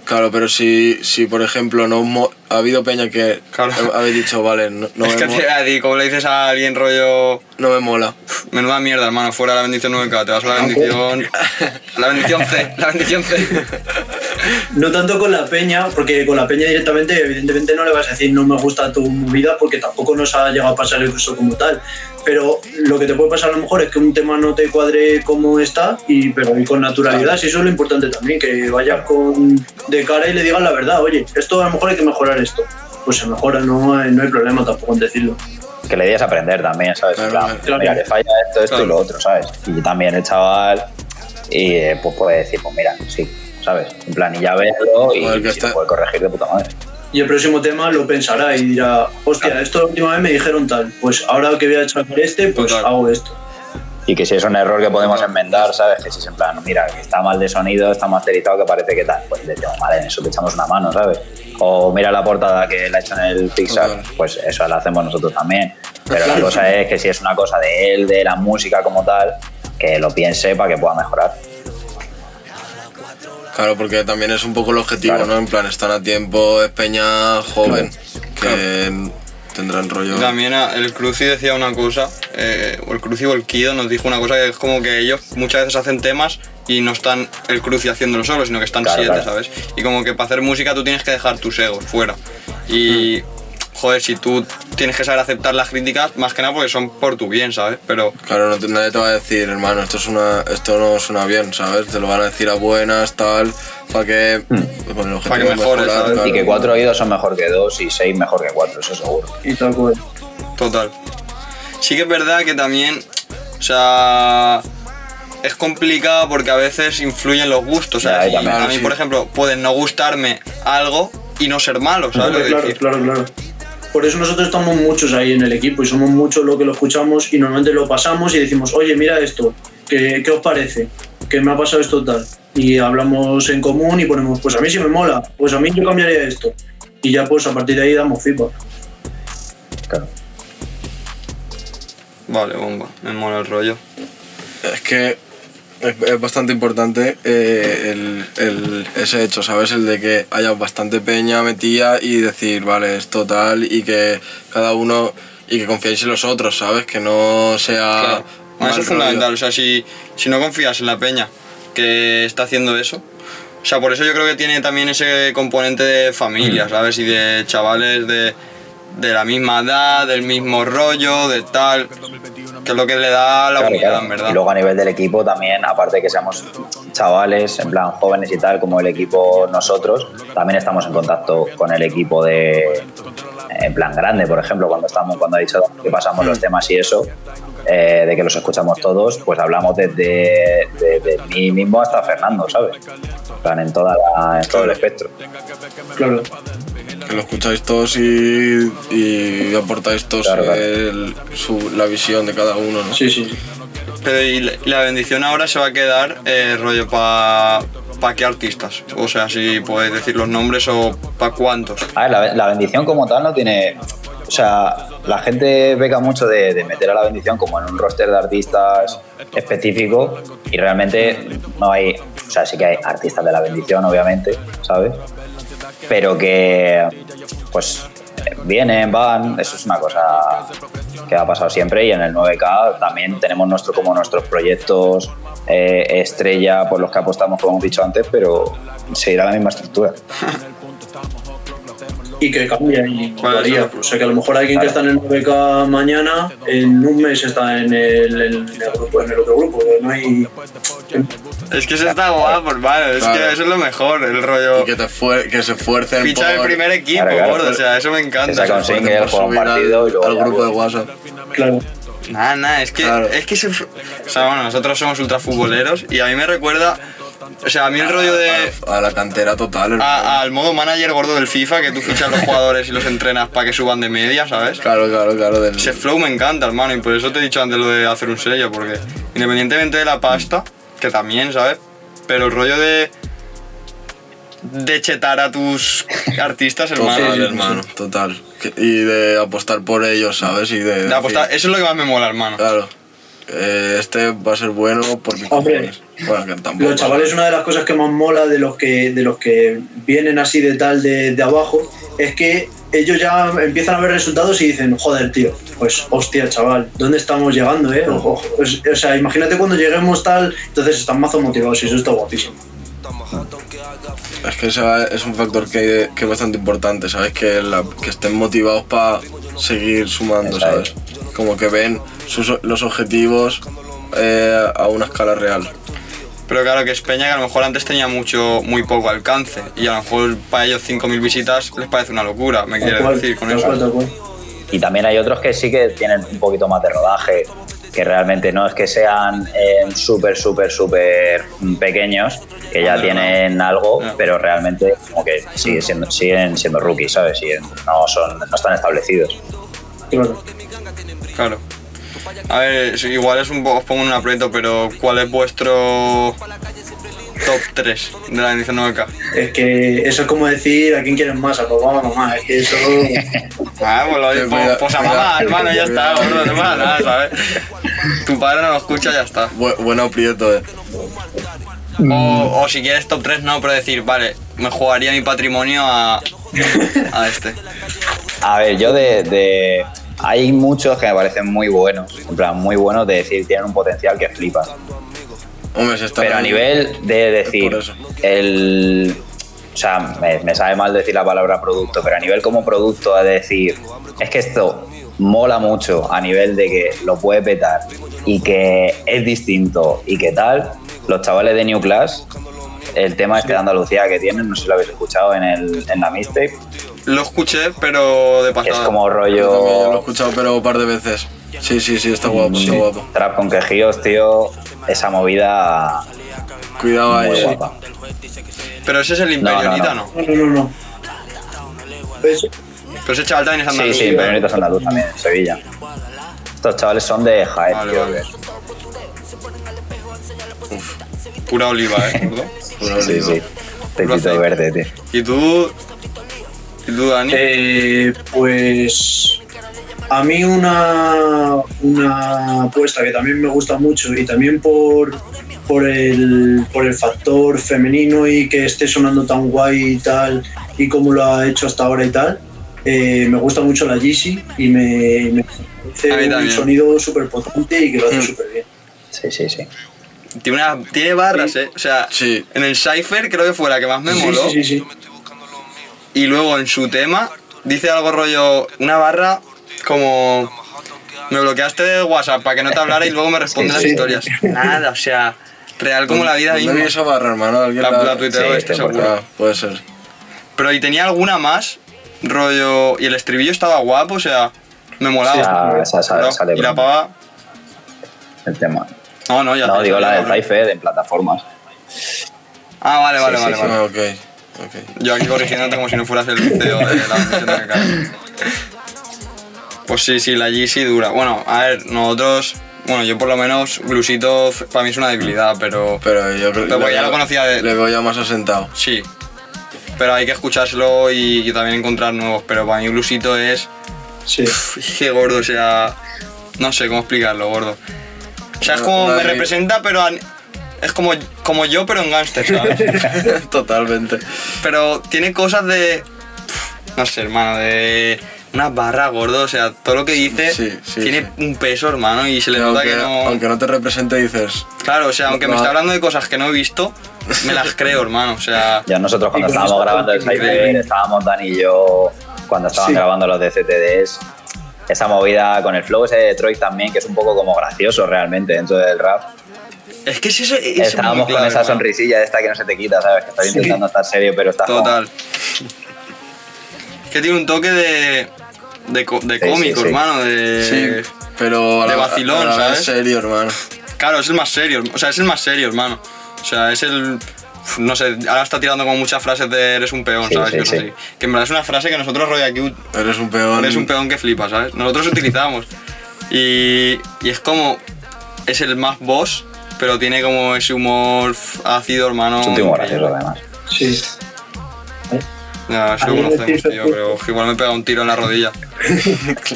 B: Claro, pero si, si por ejemplo no mo- ha habido peña que
C: Claro.
B: he- habéis dicho, vale, no, no
C: es
B: me
C: que
B: mo-
C: te- a ti, como le dices a alguien rollo,
B: no me mola.
C: menuda mierda, hermano, fuera la bendición 9K, te vas a
E: Ah,
C: la bendición... la bendición C, la bendición C.
D: No tanto con la peña, porque con la peña directamente, evidentemente, no le vas a decir no me gusta tu movida, porque tampoco nos ha llegado a pasar eso como tal. Pero lo que te puede pasar a lo mejor es que un tema no te cuadre como está, y, pero y con naturalidad, si eso es lo importante también, que vayas con, de cara y le digas la verdad, oye, esto a lo mejor hay que mejorar esto. Pues se mejora, no, hay- no hay problema tampoco en decirlo.
E: que le digas a aprender también, ¿sabes? En
B: Claro,
E: plan,
D: claro.
E: mira, le falla esto, esto y lo otro, ¿sabes? Y también el chaval y eh, pues puede decir, pues mira, sí, ¿sabes? En plan, y ya verlo y
B: Joder, que
E: si
B: está-
E: lo puede corregir de puta madre.
D: Y el próximo tema lo pensará y dirá, hostia, esto la última vez me dijeron tal, pues ahora que voy a echar este, pues
C: Total.
D: hago esto.
E: Y que si es un error que podemos enmendar, ¿sabes? Que si es en plan, mira, que está mal de sonido, está masterizado, que parece que tal, pues le tengo mal en eso, te echamos una mano, ¿sabes? O mira la portada que la ha hecho en el Pixar,
B: Total.
E: pues eso la hacemos nosotros también. Pero la cosa es que si es una cosa de él, de la música como tal, que lo piense para que pueda mejorar.
B: Claro, porque también es un poco el objetivo,
E: Claro.
B: ¿no? En plan, están a tiempo, es peña joven, que tendrán rollo.
C: Y También ah, el Cruci decía una cosa, eh, o el Cruci o el Kido nos dijo una cosa que es como que ellos muchas veces hacen temas y no están el Cruci haciéndolo solo, sino que están
E: Claro,
C: siete,
E: claro.
C: ¿sabes? Y como que para hacer música tú tienes que dejar tus egos fuera. Y,
E: Hmm.
C: joder, si tú tienes que saber aceptar las críticas, más que nada porque son por tu bien, ¿sabes? Pero
B: Claro, no te- nadie te va a decir, hermano, esto, es una, esto no suena bien, ¿sabes? Te lo van a decir a buenas, tal, para que. pues, Con el objetivo
C: que
B: de
C: mejores,
B: mejorar,
C: ¿sabes?
E: Hmm. Y
B: claro.
E: que cuatro oídos son mejor que dos y seis mejor que cuatro, eso seguro.
D: Y tal cual.
C: Total. Sí que es verdad que también, o sea, es complicado porque a veces influyen los gustos.
E: Ya,
C: ¿sabes?
E: ya,
C: Y
E: claro,
C: a mí,
B: sí.
C: por ejemplo, puede no gustarme algo y no ser malo, ¿sabes? lo que
D: Claro,
C: decir?
D: claro, claro. Por eso nosotros estamos muchos ahí en el equipo y somos muchos los que lo escuchamos y normalmente lo pasamos y decimos, oye, mira esto, ¿qué, qué os parece? ¿Qué me ha pasado esto tal? Y hablamos en común y ponemos, pues a mí sí me mola, pues a mí yo cambiaría esto. Y ya pues a partir de ahí damos feedback.
E: Claro.
C: Vale, bomba, me mola el rollo.
B: Es que es, es bastante importante eh, el, el- ese hecho, ¿sabes? El de que haya bastante peña metida y decir, vale, es total y que cada uno. y que confiéis en los otros, ¿sabes? Que no sea.
C: Claro.
B: Ah, mal
C: Eso es
B: rollo.
C: fundamental. O sea, si, si no confías en la peña que está haciendo eso. O sea, por eso yo creo que tiene también ese componente de familia, ¿sabes? Y de chavales de, de la misma edad, del mismo rollo, de tal. Que es lo que le da la
E: Claro,
C: unidad,
E: claro.
C: en verdad.
E: Y luego a nivel del equipo también, aparte de que seamos chavales, en plan jóvenes y tal, como el equipo nosotros, también estamos en contacto con el equipo de en plan grande, por ejemplo, cuando estamos, cuando ha dicho que pasamos
C: Mm.
E: los temas y eso, eh, de que los escuchamos todos, pues hablamos desde de, de mí mismo hasta Fernando, ¿sabes? En plan, en, toda la- en todo el espectro.
D: Claro.
B: Que lo escucháis todos y, y aportáis todos eh,
E: Claro, claro.
B: el- su- la visión de cada uno, ¿no?
D: Sí, sí. sí.
C: Pero y la- y la bendición ahora se va a quedar eh, rollo para pa qué artistas. O sea, si puedes decir los nombres o para cuántos.
E: A ver, la, la bendición como tal no tiene. O sea, la gente peca mucho de, de meter a la bendición como en un roster de artistas específico y realmente no hay. O sea, sí que hay artistas de la bendición, obviamente, ¿sabes? Pero que. Pues eh, vienen, van, eso es una cosa que ha pasado siempre y en el 9K también tenemos nuestro, como nuestros proyectos eh, estrella por los que apostamos, como hemos dicho antes, pero seguirá la misma estructura.
D: Y que cambia y
C: Vale,
D: varía.
C: eso.
D: O sea que a lo mejor alguien que está en el 9K mañana, en un mes está en el, en el grupo, en el otro grupo. No hay.
C: Es que se está guapo, hermano. Es
B: Claro.
C: que eso es lo mejor, el rollo.
B: Y que, te fuer- que se esfuercen
C: Ficha el
B: por-
C: primer equipo,
E: Claro, claro.
C: gordo. O sea, eso me encanta.
E: Que saca un
C: o sea,
E: single,
B: por
E: juega un
B: subir al-
E: partido y luego
B: al
E: ya
B: grupo de
E: luego.
B: WhatsApp.
D: Claro.
C: Nada, nada, es que,
B: Claro.
C: es que se- o sea, bueno, nosotros somos ultrafutboleros y a mí me recuerda, o sea, a mí el rollo de
B: A la cantera total, hermano.
C: a- al modo manager gordo del FIFA que tú fichas los jugadores y los entrenas para que suban de media, ¿sabes?
B: Claro, claro, claro. del-
C: Ese flow me encanta, hermano, y por eso te he dicho antes lo de hacer un sello, porque independientemente de la pasta, que también, ¿sabes? Pero el rollo de de chetar a tus artistas, hermano,
B: Total, hermano, total. Que- Y de apostar por ellos, ¿sabes? Y de.
C: de apostar- eh.
B: decir,
C: eso es lo que más me mola, hermano.
B: Claro. Eh, este va a ser bueno porque.
D: Hombre,
B: Bueno, que tampoco.
D: Los chavales, una de las cosas que más mola de los que, de los que vienen así de tal de, de abajo es que ellos ya empiezan a ver resultados y dicen, joder, tío, pues hostia, chaval, ¿dónde estamos llegando, eh? Ojo, ojo". Es- o sea, imagínate cuando lleguemos tal, entonces están mazo motivados y eso está guapísimo.
B: Es que ese va- es un factor que, que es bastante importante, ¿sabes? Que, la- que estén motivados para seguir sumando,
E: Exacto.
B: ¿sabes? Como que ven sus, los objetivos eh, a una escala real.
C: Pero claro que es Peña que a lo mejor antes tenía mucho, muy poco alcance y a lo mejor para ellos 5.000 visitas les parece una locura, me
D: Tal
C: quieres
D: cual,
C: decir con
D: tal
C: eso.
D: cual, tal cual.
E: Y también hay otros que sí que tienen un poquito más de rodaje, que realmente no es que sean eh, súper, súper, súper mm, pequeños, que ya tienen algo,
C: No.
E: pero realmente como que siguen siendo, siguen siendo rookies, ¿sabes? Siguen- no, son, no están establecidos.
D: Claro.
C: Claro. A ver, es- igual es un poco, os pongo en un aprieto, pero ¿cuál es vuestro top 3 de la edición 9K?
D: Es que eso es como decir a quién quieres más, a papá o a mamá. Es que eso.
C: Ah, pues, lo,
B: Eh,
C: pues,
B: cuida-
C: pues a mamá,
B: cuida-
C: hermano, ya
B: cuida-
C: está, gordo, no te pasa nada, ¿sabes? Tu padre no lo escucha, ya está.
B: Bu- buen aprieto, ¿eh?
C: O, o si quieres top 3, no, pero decir, vale, me jugaría mi patrimonio a, a este.
E: A ver, yo de, de- Hay muchos que me parecen muy buenos, en plan, muy buenos de decir, tienen un potencial que flipas.
B: Hombre, se está.
E: Pero a nivel de decir,
B: Por eso.
E: el. O sea, me, me sabe mal decir la palabra producto, pero a nivel como producto, a decir, es que esto mola mucho a nivel de que lo puede petar y que es distinto y que tal, los chavales de New Class, el tema este de Andalucía que tienen, no sé si lo habéis escuchado en, el, en la mixtape,
C: Lo escuché, pero
B: Ah,
C: de
E: es
C: pasada.
E: como
B: Yo también, yo lo he
E: rollo
B: escuchado, pero un par de veces. Sí, sí, sí, está guapo, está guapo.
E: trap con quejíos, tío, esa movida
B: Cuidado
E: muy
B: ahí.
E: guapa.
C: Pero ese es el
E: no,
C: Imperiolita,
E: no.
C: ¿no?
D: No, no, no. no. Pues, Es-
C: Pero ese chaval también es
E: Sí,
C: andaluz.
E: sí, pero Andaluz también, en Sevilla. Estos chavales son de Jaén,
C: Vale,
E: tío,
C: vale.
E: que-
C: Pura oliva, ¿eh? gordo?
B: Puro
E: Sí,
B: olivo.
E: sí. Tecito
C: aceite.
E: verde, tío.
C: ¿Y tú? ¿Y tú, Dani?
D: Eh, pues a mí una, una apuesta que también me gusta mucho y también por, por, el, por el factor femenino y que esté sonando tan guay y tal y como lo ha hecho hasta ahora y tal, Eh, me gusta mucho la Yeezy y me, me hace
C: A mí
D: un
C: también.
D: sonido súper potente y que lo hace
C: Mm.
D: súper bien.
E: Sí, sí, sí.
C: Tiene, una- tiene barras, ¿eh? O sea,
B: Sí.
C: en el Cypher creo que fue la que más me
D: Sí,
C: moló.
D: sí, sí, sí.
C: Y luego en su tema dice algo rollo, una barra como... Me bloqueaste de WhatsApp para que no te hablara y luego me responde
E: Sí,
C: las
E: sí.
C: historias. Nada, o sea, real como la vida
B: ¿Dónde
C: misma.
B: viene esa barra, hermano? ¿Alguien
C: La, la tuiteo
E: Sí,
C: este
E: te
C: seguro.
B: Ah, puede ser.
C: Pero y tenía alguna más, rollo... Y el estribillo estaba guapo, o sea, me molaba.
E: Sí, esa- esa-
C: ¿no?
E: esa le
C: y la
E: broma.
C: pava...
E: El tema.
C: No, no, ya
E: No,
C: está,
E: digo
C: ya
E: la de
C: está.
E: Cypher en plataformas.
C: Ah, vale, vale,
E: Sí,
C: vale.
E: sí,
C: vale.
B: Ah, ok. ok.
C: Yo aquí corrigiéndote como si no fueras el CEO de la empresa que cae. Pues sí, sí, la Yeezy dura. Bueno, a ver, nosotros. Bueno, yo por lo menos, Blusito f- para mí es una debilidad, pero.
B: Pero yo creo
C: Pero porque
B: le
C: ya lo
B: veo-
C: conocía de-
B: Le veo ya más asentado.
C: Sí. Pero hay que escuchárselo y, y también encontrar nuevos. Pero para mí, Blusito es.
D: Sí.
C: Pff, Qué Pues gordo, o sea. No sé cómo explicarlo, gordo. O sea, es
B: No,
C: como
B: no
C: me
B: hay-
C: representa, pero. a- es como, como yo, pero en gangster, ¿sabes?
B: Totalmente.
C: Pero tiene cosas de. pf, No sé, hermano, de. Unas barras gordo, o sea, todo lo que dice
B: Sí, sí,
C: tiene un peso, hermano, y se le
B: Que
C: nota
B: aunque,
C: que no.
B: aunque no te represente, dices.
C: Claro, o sea, aunque me
B: No.
C: está hablando de cosas que no he visto, me las creo, hermano, o sea.
E: Ya nosotros cuando
D: Y con
E: estábamos
D: esto
E: grabando el
C: increíble.
E: Cypher, estábamos Dani y yo, cuando estaban
D: Sí.
E: grabando los de CTDs, esa movida con el flow ese de Troy también, que es un poco como gracioso realmente dentro del rap.
C: Es que es eso. es muy
E: estábamos con
C: clave,
E: esa
C: hermano.
E: sonrisilla esta que no se te quita, ¿sabes? Que estás intentando estar serio, pero estás como-
C: Total. Es que tiene un toque de. de, co- de
E: Sí, sí,
C: cómico,
E: sí.
C: hermano, de.
B: sí, eh, pero. a
C: de
B: la-
C: vacilón,
B: a la vez
C: ¿sabes?
B: serio, hermano.
C: Claro, es el más serio, o sea, es el más serio, hermano. O sea, es el. No sé, ahora está tirando como muchas frases de eres un peón,
E: Sí,
C: ¿sabes?
E: sí,
C: Cosas
E: sí.
C: así. Que en verdad es una frase que nosotros, Roy, aquí u-
B: Eres un peón.
C: eres un peón que flipa, ¿sabes? Nosotros utilizamos. Y, y es como. Es el más boss, pero tiene como ese humor f- ácido, hermano.
E: Es un tío gracioso, ¿eh?
C: increíble.
E: además.
D: Sí.
C: Ya, eso
D: A
C: lo
D: mí me
C: conocemos,
D: hizo-
C: tío, pero igual me pega un tiro en la rodilla.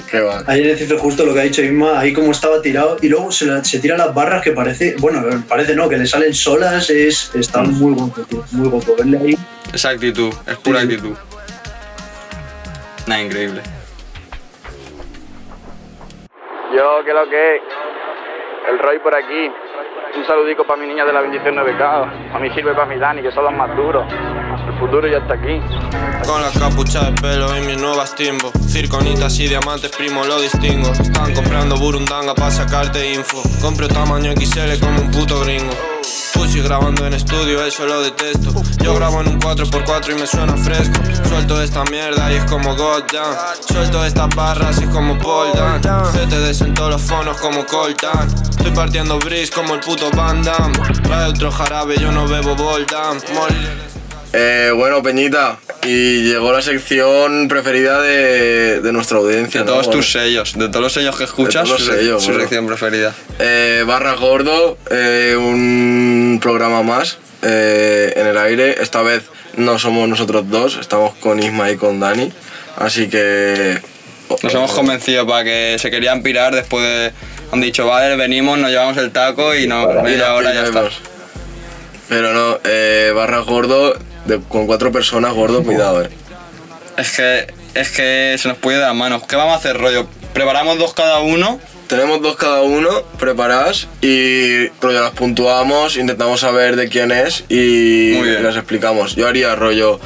B: Qué va.
D: Ayer necesito justo lo que ha dicho Isma, ahí como estaba tirado, y luego se, la- se tira las barras que parece, bueno, parece no, que le salen solas, es, está muy guapo, tío, muy guapo. Verle ahí,
C: Esa actitud, es pura
D: Sí, sí.
C: actitud. Nada, increíble.
I: Yo, que lo que es? El Roy por aquí. Un saludico para mi niña de la bendición 9K. A mi sirve para mi Dani, que son los más duros. El futuro ya está aquí.
J: Con la capucha de pelo y mis nuevas timbo. Circonitas y diamantes, primo, lo distingo. Están comprando burundanga para sacarte info. Compro tamaño XL como un puto gringo. Pussy grabando en estudio, eso lo detesto. Yo grabo en un 4x4 y me suena fresco. Suelto esta mierda y es como Goddamn. Suelto estas barras y es como Paul Dan. CTDs en todos los fonos como Coltan. Estoy partiendo bris como el puto Van Damme. Trae otro jarabe, yo no bebo Boldam.
B: Eh, bueno, Peñita, y llegó la sección preferida de, de nuestra audiencia.
C: De
B: ¿no?
C: todos
B: Bueno,
C: tus sellos, de todos los sellos que escuchas,
B: todos
C: su,
B: los sellos,
C: su
B: bro.
C: sección preferida.
B: eh, Barra Gordo, eh, un programa más eh, en el aire. Esta vez no somos nosotros dos, estamos con Isma y con Dani. Así que.
C: Nos hemos convencido para que se querían pirar después de. Han dicho, vale, venimos, nos llevamos el taco y no,
E: Para
B: Y
C: media
B: nos
C: hora ya está.
B: pillaremos. Pero no, eh, Barra Gordo, de- con cuatro personas, gordo, cuidado, eh.
C: Es que, es que se nos puede dar manos. ¿Qué vamos a hacer, rollo? Preparamos dos cada uno.
B: Tenemos dos cada uno preparadas y rollo las puntuamos, intentamos saber de quién es y
C: Muy bien.
B: las explicamos. Yo haría rollo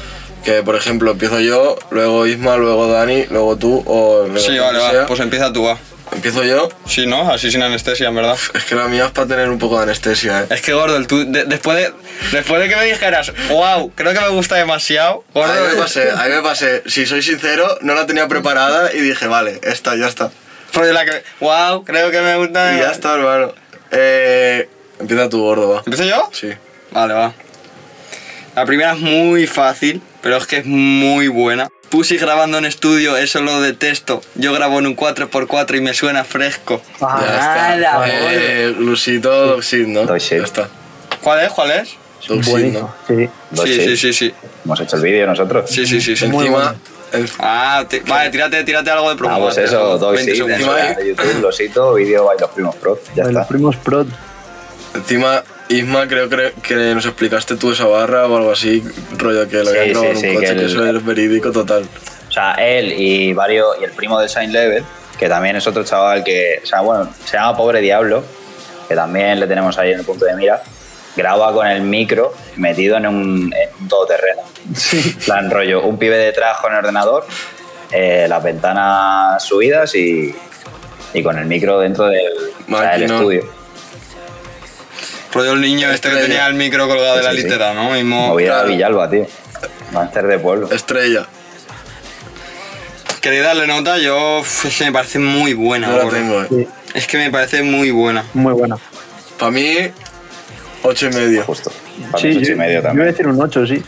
B: que, por ejemplo, empiezo yo, luego Isma, luego Dani, luego tú o luego
C: sí,
B: quien
C: vale,
B: sea.
C: va. Pues empieza tú, va.
B: Empiezo yo.
C: Sí, ¿no? Así sin anestesia, en verdad.
B: Es que la mía es para tener un poco de anestesia, eh.
C: Es que, gordo, el tú, de- después, de, después de que me dijeras, wow, creo que me gusta demasiado, gordo.
B: Ahí me pasé, ahí me pasé. Si soy sincero, no la tenía preparada y dije, vale, esta, ya está.
C: rollo la que. Wow, creo que me gusta
B: Y ya
C: demasiado".
B: está, hermano. Eh, empieza tu gordo, va.
C: ¿Empiezo yo?
B: Sí.
C: Vale, va. La primera es muy fácil, pero es que es muy buena. Pussy grabando en estudio, eso lo detesto. Yo grabo en un 4x4 y me suena fresco.
B: Ah, Ya está. Eh, Lucito, Doxid, ¿no?
E: Dog Shit.
B: Ya está.
C: ¿Cuál es? ¿Cuál es?
B: Doxid, ¿no?
E: Dos
C: sí, sí,
E: shits.
C: sí, sí.
E: Hemos hecho el vídeo nosotros.
C: Sí, sí, sí, sí.
B: Encima, en-
C: Ah, ti- vale, tírate, tírate algo de promo.
E: Ah, pues
B: ¿eh?
C: vale,
E: eso, dos
C: 20
E: shits
C: segundos.
E: en el canal de YouTube, losito, vídeo by los primos pro. Ya está.
B: encima, Isma, creo, creo que nos explicaste tú esa barra o algo así, rollo que lo
E: Sí,
B: habías grabado
E: sí,
B: en
E: sí,
B: un coche,
E: que
B: que
E: el-
B: eso es verídico total.
E: O sea, él y varios, y el primo de Saint Level, que también es otro chaval que, o sea, bueno, se llama Pobre Diablo, que también le tenemos ahí en el punto de mira, graba con el micro metido en un, en un todoterreno. Sí. Plan rollo, un pibe detrás con el ordenador, eh, las ventanas subidas y, y con el micro dentro del, o sea, del
B: Máquina.
E: estudio.
C: Rollo el niño este que
B: Estrella.
C: tenía el micro colgado de la
E: Sí, sí.
C: litera, ¿no? Mismo,
E: Movida
B: Oh, claro.
E: Villalba, tío. Máster de pueblo.
B: Estrella.
C: Quería darle nota, yo uf, es que me parece muy buena.
B: No la
C: gordo.
B: tengo, eh.
D: Sí,
C: Es que me parece muy buena.
D: muy buena.
B: Para mí, ocho y medio.
E: Justo. Para
D: Sí,
E: los
D: yo,
E: ocho y medio
D: yo
E: también.
D: iba a decir un 8, sí.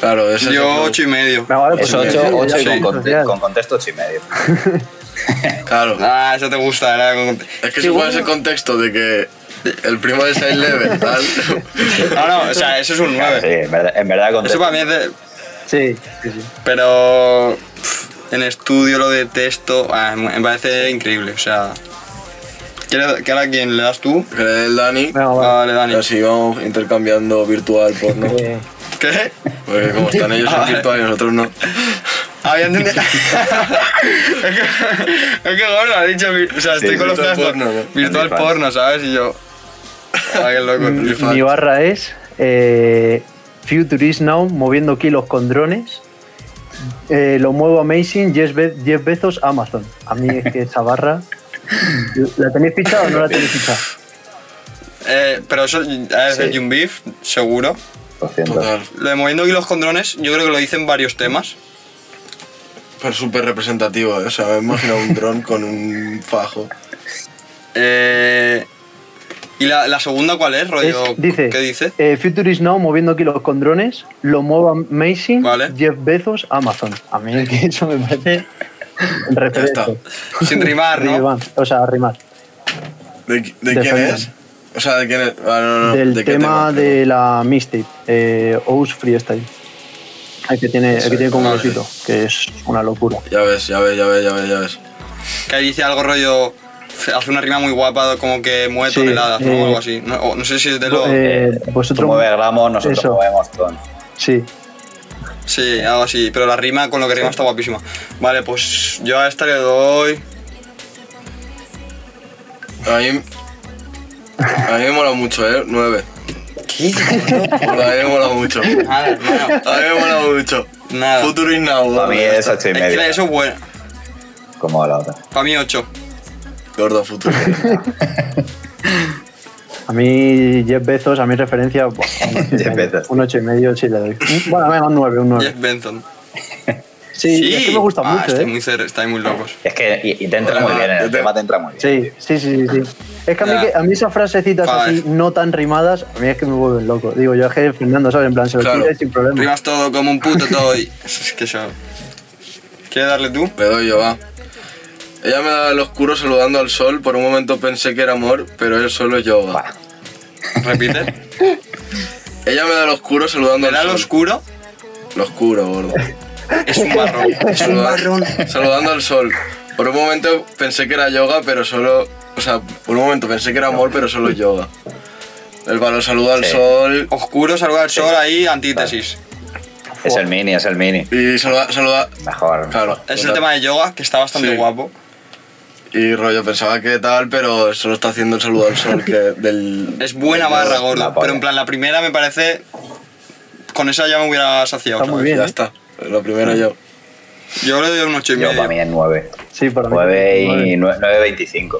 B: Claro, ese es el
C: Yo
B: club.
C: ocho y medio.
D: Me vale,
E: Es
D: pues,
E: 8,
D: sí,
E: 8
D: ya
E: y con,
D: está,
E: conte-
D: ya.
E: con contexto 8 y medio.
B: Claro.
C: Ah, esa te gusta, era con-
B: Es que si pones el contexto de que el primo de Saint Level, tal.
C: No, no, o sea, eso es un
E: Claro, sí,
C: 9.
E: en verdad, en verdad
C: Eso
E: contexto.
C: para mí es de...
D: Sí, sí, sí.
C: Pero... pff, En estudio lo detesto. Ah, me parece increíble, o sea... ¿Quieres que ahora a quién le das tú? Ah,
B: que le dé el Dani.
D: Venga, vale.
C: Vale, Dani.
B: Así vamos intercambiando virtual por no.
D: Eh,
C: ¿Qué?
B: Porque como están ellos
E: Ah.
B: en virtual y nosotros no.
C: Había entendido. es que, es que gordo, ha dicho. vi- O sea, estoy
E: Sí,
C: con los
B: virtual
C: brazos-
B: porno, ¿no?
C: Virtual
E: OnlyFans.
C: porno, ¿sabes? Y yo. Ay, qué loco.
D: mi,
C: OnlyFans.
D: mi barra es eh, Future is Now, moviendo kilos con drones. Eh, lo muevo Amazing, 10 Be Jeff Bezos, Amazon. A mí es que esa barra. ¿La tenéis fichada o no la tenéis fichada?
C: Eh, pero eso es de
E: Sí.
C: Jun Beef, seguro.
E: 200.
B: Total.
C: Lo de moviendo hilos con drones, yo creo que lo dicen varios temas.
B: Pero súper representativo, ¿eh? o sea, me imagino un dron con un fajo.
C: Eh, ¿Y la, la segunda cuál es, rollo?
D: Es- dice,
C: ¿Qué dice?
D: eh, Future is Now, moviendo kilos con drones. Lo muevo Amazing,
C: Vale.
D: Jeff Bezos, Amazon. A mí es que eso me parece.
B: está.
D: referente.
C: Sin rimar, Ah, ¿no?
D: Rimar, O sea, rimar.
B: ¿De, qui- de
D: De
B: quién
D: Saint
B: es? O sea, ¿de quién es? Ah, no, no,
D: del
B: ¿de qué
D: tema de la mixtape, eh, Ous Freestyle. El que tiene, el que tiene como un
C: Madre.
D: osito, que es una locura.
B: Ya ves, ya ves, ya ves, ya ves, ya ves.
C: Que ahí dice algo rollo. Hace una rima muy guapa, como que mueve
D: Sí,
C: toneladas, ¿no?
D: eh,
C: O algo así. No, o no sé si es de lo.
D: Eh,
E: Tú
D: vosotros.
E: mueves gramos, nosotros
D: Eso.
E: movemos ton.
D: Sí,
C: Sí, algo así, pero la rima con lo que rima está guapísima. Vale, pues yo a esta le doy.
B: A mí, a mí me mola mucho, ¿eh? Nueve.
C: ¿Qué?
B: A mí me mola mucho. A
C: Nada, hermano.
B: mí me mola mucho.
C: Nada.
B: Futuro is now. eh.
E: Para
B: gordo,
E: mí
B: ya
E: es
B: está.
E: 8 y
C: Es
E: medio.
C: que eso es bueno.
E: Como la otra.
C: Para mí 8.
B: Gordo futuro.
D: a mí Jeff Bezos, a mi referencia, buah, un ocho y
E: Jeff
D: medio.
E: Bezos.
D: un 8 y medio sí le doy. Un- Bueno, venga, un 9, un 9.
C: Jeff Benson.
D: Sí, es que me gusta
C: Ah,
D: mucho,
C: Está
D: ¿eh?
C: muy, cer- está muy locos.
E: Es que y, y te entra muy bien, el tema te entra muy bien.
D: Sí, sí, sí, sí, sí. Es que a, mí,
C: Ya.
D: que- a mí esas frasecitas
C: Vale.
D: así, no tan rimadas, a mí es que me vuelven loco. Digo, yo es que Fernando, ¿sabes? En plan, se lo
B: Claro.
D: tira sin problema.
C: Rimas todo como un puto todo y. Es que eso. ¿Quieres darle tú?
B: Le doy yo, va. Ella me daba el oscuro saludando al sol. Por un momento pensé que era amor, pero él solo es yoga.
E: Buah.
C: Repite.
B: Ella me da el oscuro saludando
C: Me da
B: al
C: el
B: sol.
C: oscuro.
B: Lo oscuro, gordo.
C: Es un marrón.
B: Es un marrón. Saludando al sol. Por un momento pensé que era yoga, pero solo. O sea, por un momento pensé que era amor, pero solo es yoga. El balón saluda al
E: Sí.
B: sol.
C: Oscuro, saluda al sol ahí, antítesis.
E: Es el mini, es el mini.
B: Y saluda. saluda
E: Mejor.
B: claro.
C: Es el tema de yoga, que está bastante
B: Sí.
C: guapo.
B: Y rollo, pensaba que tal, pero solo está haciendo el saludo al sol que del.
C: Es buena barra, gordo.
E: la polla.
C: Pero en plan, la primera me parece. Con esa ya me hubiera saciado.
D: Está muy
C: ¿sabes?
D: bien,
B: Ya
D: ¿eh?
B: está. Lo primero yo.
C: Yo le doy un 8 y
E: Yo para mí
C: medio.
E: es 9.
D: Sí, para mí.
E: 9 y
D: nueve.
E: 9.25.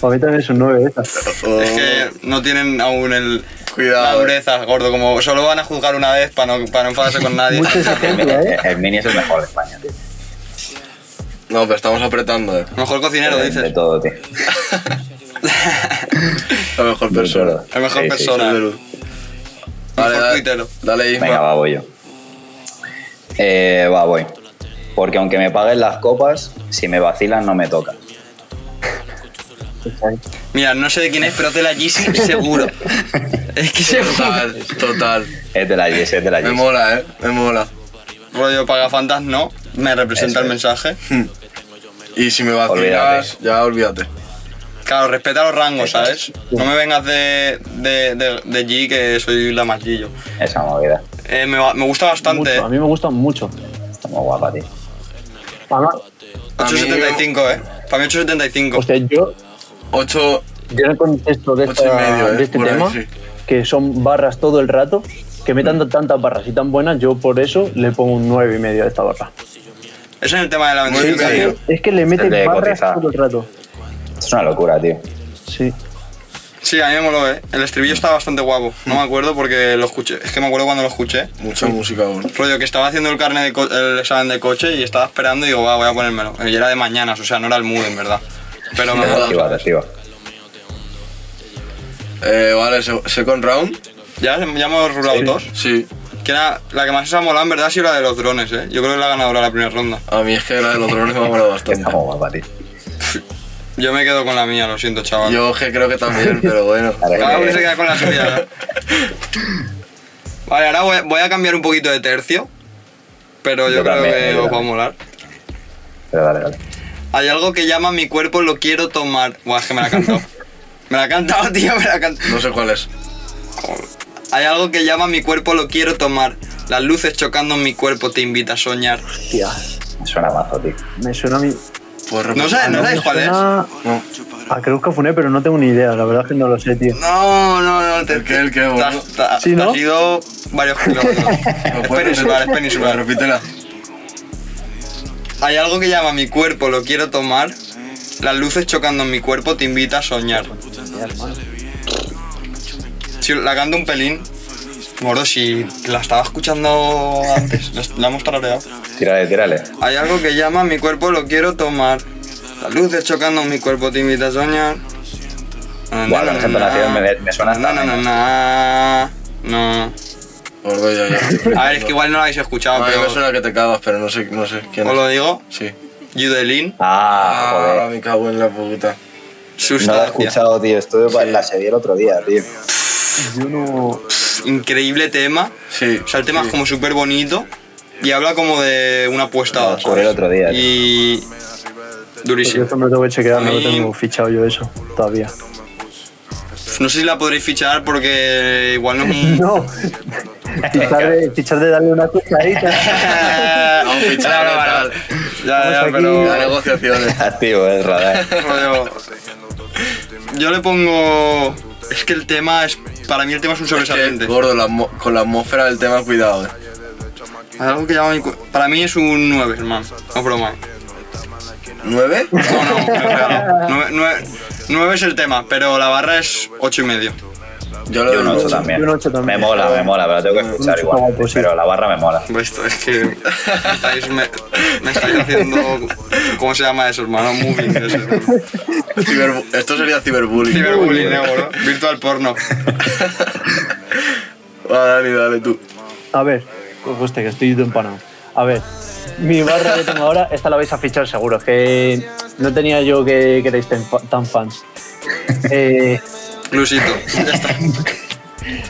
D: Para mí también es un 9 esa.
B: Oh,
C: Es que no tienen aún el. La
B: Cuidado.
C: dureza, gordo. Como solo van a juzgar una vez para no, para no enfadarse con nadie.
D: Mucha
E: El,
D: exigencia,
E: mini-
D: ¿eh?
E: el mini es el mejor de España. tío.
B: No, pero estamos apretando, eh.
C: Mejor cocinero,
E: De- De
C: dices.
E: todo, tío.
B: La mejor
E: De
B: persona.
E: todo.
C: La mejor
E: Sí, sí,
C: persona.
B: Soy de luz. Dale,
C: Mejor
B: dale,
C: tuitero.
B: dale,
E: sí. Venga,
B: Isma.
E: va, voy yo. Eh, va, voy. Porque aunque me paguen las copas, si me vacilan no me toca.
C: Mira, no sé de quién es, pero es de la Yeezy seguro. es que seguro.
B: Total, total.
E: Es de la Yes, es de la
B: Me
E: Yes.
B: mola, eh. Me mola.
C: Rollo pagafantas, no. Me representa
E: Eso
C: el
E: es.
C: mensaje.
B: Y si me vacilas, ya olvídate.
C: Claro, respeta los rangos, ¿sabes? No me vengas de, de, de, de G, que soy la más Gillo.
E: Esa movida.
C: Eh, me, va- me gusta bastante.
D: Mucho, a
C: eh.
D: mí me gustan mucho.
E: Está muy guapa, tío.
D: Además,
C: 8.75, ¿eh? Para mí 8.75.
D: o sea, yo,
B: 8,
D: yo en el contexto de,
B: Ocho y
D: esta-
B: medio, ¿eh?
D: de este
B: Por ahí,
D: tema,
B: sí. Mm.
D: que son barras todo el rato, que metan tantas barras y tan buenas, yo por eso le pongo un 9,5 y medio a esta barra.
C: Eso es el tema de la
B: Sí,
C: bendición.
B: sí.
D: Es que le meten
E: de
D: barras
E: cotizar.
D: todo el rato.
E: Es una locura, tío.
D: Sí.
C: Sí, a mí me moló, ¿eh? El estribillo estaba bastante guapo. No me acuerdo porque lo escuché. Es que me acuerdo cuando lo escuché.
B: mucha música aún.
C: Rollo, que estaba haciendo el carne de co- el examen de coche y estaba esperando y digo, va, voy a ponérmelo. Y era de mañanas, o sea, no era el mood, en verdad. Pero me moló.
E: Activa, activa.
B: Eh, vale, se- second round.
C: Ya, ya hemos rulado dos.
B: Sí,
C: Que era la que más se ha molado, en verdad, ha sido la de los drones, ¿eh? Yo creo que es la ganadora de la primera ronda.
B: a mí es que la de los drones me ha molado bastante.
E: Está muy guapa, tío.
C: Yo me quedo con la mía, lo siento, chaval.
B: Yo que creo que también, pero bueno.
E: Claro.
C: Cada uno se queda con la suya. ¿no? Vale, ahora voy, voy a cambiar un poquito de tercio. Pero yo,
E: Yo
C: creo
E: también,
C: que
E: yo
C: os va a
E: también.
C: molar.
E: Pero dale, dale.
C: Hay algo que llama mi cuerpo, lo quiero tomar. Buah, es que me la ha cantado. me la ha cantado, tío, me la ha cantado.
B: No sé cuál es.
C: Hay algo que llama mi cuerpo, lo quiero tomar. Las luces chocando en mi cuerpo te invita a soñar.
D: Hostia,
E: Me suena mazo, tío.
D: me suena a mí.
B: Pues
C: No sabes, no sabes cuál es.
D: Suena
B: No.
D: a Cruz Cafuné, pero no tengo ni idea. La verdad es que no lo sé, tío.
C: No, no, no, te,
B: El que, el que,
C: te has-
B: bueno.
C: te has-
D: Sí,
C: te has
D: ¿no?
C: ido varios kilómetros. es peninsular, es peninsular.
B: Repítela.
C: Hay algo que llama mi cuerpo, lo quiero tomar. Las luces chocando en mi cuerpo te invita a soñar. Si la canto un pelín. Gordo, si la estaba escuchando antes, la- la hemos tarareado.
E: Tírale, tírale.
C: Hay algo que llama a mi cuerpo, lo quiero tomar. Las luces chocando en mi cuerpo te invita a soñar.
E: Buah, con esa entonación me- me suena
C: Na,
E: hasta
C: na, na, na, na.
B: Gordo, ya, ya.
C: No. A ver, es que igual no la habéis escuchado,
B: A mí me
C: Ah, pero
B: suena que te cagas, pero no sé, no sé quién
C: os lo
B: es.
C: digo.
B: Sí.
C: Judelin,
E: Ah, joder.
B: me cago en la puta.
E: No la he
C: sustancia.
E: escuchado, tío. Estuve pa-
B: Sí.
E: la seguí el otro día, tío.
D: Yo no.
C: Increíble tema.
B: Sí.
C: O sea, el tema
B: sí.
C: es como súper bonito y habla como de una apuesta.
E: Lo
C: ¿sabes?
E: descubrí el otro día, tío.
C: Y.
D: pues yo
C: Durísimo.
D: eso me lo tengo que chequear, no lo
C: Y-
D: tengo fichado yo eso todavía.
C: No sé si la podréis fichar porque igual no es un-
D: No, fichar de, fichar de darle una cuchadita.
B: No, fichar,
C: Claro,
B: tal.
C: claro. Ya, ya,
D: Vamos
B: La
C: pero.
B: negociaciones.
E: Activo el radar.
C: rollo, Yo le pongo. Es que el tema es. Para mí el tema es un
B: Que,
C: sobresaliente.
B: gordo, la atmo- con la atmósfera del tema, cuidado. eh.
C: Algo que llama mi cu- Para mí es un 9, hermano. No broma.
B: ¿Nueve?
C: No, no, es real. Nueve- nueve- 9 es el tema, pero la barra es 8 y medio.
B: Yo
E: Yo
B: lo
E: un
B: doy
E: 8
B: ocho.
E: también.
D: Yo un ocho también.
E: Me mola, me mola, pero la tengo que escuchar
D: ocho
E: igual.
D: guapo, sí.
E: Pero la barra me mola.
C: Pues Esto es que me estáis, me, me estáis haciendo. ¿Cómo se llama eso, hermano? Moving. Eso, hermano.
B: Ciberbu- Esto sería ciberbullying.
C: Ciberbullying, eh, boludo. Virtual porno.
B: Va, Dani, dale tú.
D: A ver, pues hostia, que estoy todo empanado. A ver, mi barra que tengo ahora, esta la vais a fichar seguro, es que no tenía yo que, que erais tan, fa- tan fans. Eh,
C: Inclusito. Ya está.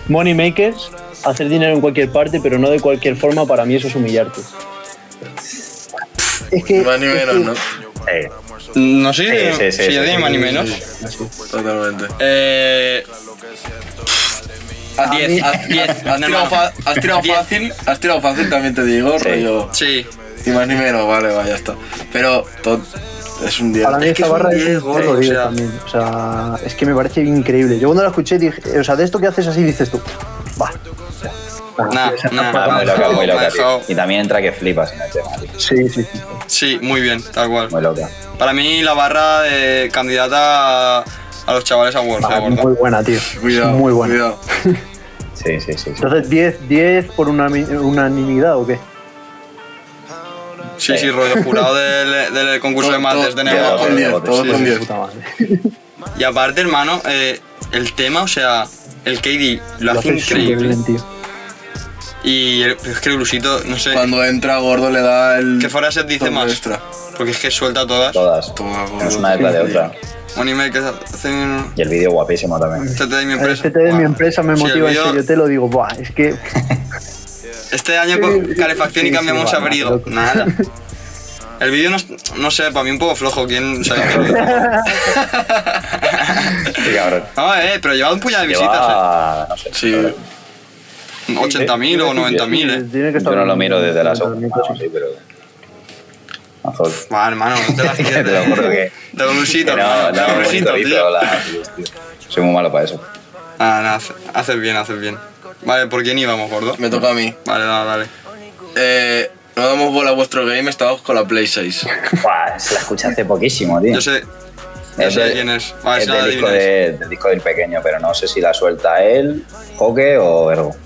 D: money makers, hacer dinero en cualquier parte, pero no de cualquier forma, para mí eso es humillarte. Es
B: Ni
D: que,
B: más ni menos, ¿no?
E: Eh,
C: No sé,
E: Sí, sí, sí,
C: si ya
E: sí,
C: tiene
E: sí,
C: más ni menos.
B: Totalmente.
C: Eh.
B: A
C: Diez,
B: mí-
C: a- diez,
B: has tirado
C: normal.
B: fa- has tirado
C: Diez.
B: fácil, has tirado fácil también te digo,
E: Sí.
B: rollo.
C: Sí.
B: Ni más ni menos, vale, va, ya está. Pero to- es un día.
D: Para mí
C: Es que
D: esta
C: es un
D: barra es,
C: 10,
D: es
C: gordo,
D: gordo,
C: o
D: tío,
C: sea.
D: también. O sea, es que me parece increíble. Yo cuando la escuché dije, eh, o sea, de esto que haces así dices tú, va.
C: Nah, nah,
E: nada, Ah, muy
C: nah,
E: loca, muy
C: nah,
E: loca, tío.
C: nah.
E: Y también entra que flipas en el tema, tío.
D: Sí, sí, sí.
C: Sí, muy bien, tal cual.
E: Muy loca.
C: Para mí la barra de candidata a, a los chavales a World,
D: Ah,
C: la verdad.
D: muy buena, tío.
B: Cuidado,
D: muy buena.
B: cuidado.
E: Sí, sí, sí. sí.
D: Entonces, 10, 10 por una, unanimidad o qué?
C: Sí, sí, rollo jurado del, del concurso de
B: Todo-
C: mates de
B: todo-
E: Nervo.
B: todo
C: negocios.
B: con 10,
E: Sí,
B: todo con
E: sí, sí.
B: 10.
D: Puta madre.
C: Y aparte, hermano, eh, el tema, o sea, el KD lo, hace increíble.
D: superbién, tío.
C: Y el- pero es que el blusito, no sé,
B: Cuando entra gordo le da el.
C: que fuera se dice
B: toque
C: más.
B: Extra.
C: Porque es que suelta todas.
E: Todas.
B: Toma, gordo.
E: Es una detrás de otra.
C: Un email que hacen.
E: Y el vídeo guapísimo también.
C: Este de mi
D: El
C: empresa.
D: CT de mi
C: Buah.
D: empresa me
C: Sí, el
D: motiva, en
C: vídeo-
D: serio, te lo digo. Buah, es que.
C: Este año con calefacción
D: Sí,
C: y
D: sí,
C: cambiamos
D: vale,
C: abrigo.
D: loco.
C: Nada. El vídeo, no, es- no sé, para mí un poco flojo. ¿Quién sabe?
E: Sí, cabrón.
C: No, eh, pero lleva un puñado de visitas. eh.
E: Lleva, no sé,
B: Sí.
E: cabrón.
C: 80.000 o 90.000, ¿eh?
K: Tiene que estar
E: Yo no lo miro desde la
K: Pero
E: sombra, sí, pero. Azul.
C: Va, hermano, no te la
E: Te
C: fíjate.
E: lo juro que.
C: Te hago un
E: que
C: usito,
E: no,
C: hermano, te hago
E: no,
C: un
E: bonito,
C: usito,
E: bonito,
C: tío.
E: hola, tío, tío. Soy muy malo para eso.
C: Ah, no, hace- haces bien, haces bien. Vale, ¿por quién íbamos, gordo?
B: Me toca a mí.
C: Vale, dale, dale.
B: Eh, no damos bola a vuestro game, estábamos con la Play 6.
E: Buah, se la escuché hace poquísimo, tío.
C: Yo sé, yo
E: Es
C: sé
E: de-
C: quién es. Vale,
E: es
C: si no la
E: del disco,
C: adivináis.
E: de- del disco del pequeño, pero no sé si la suelta él, Joque o Ergo.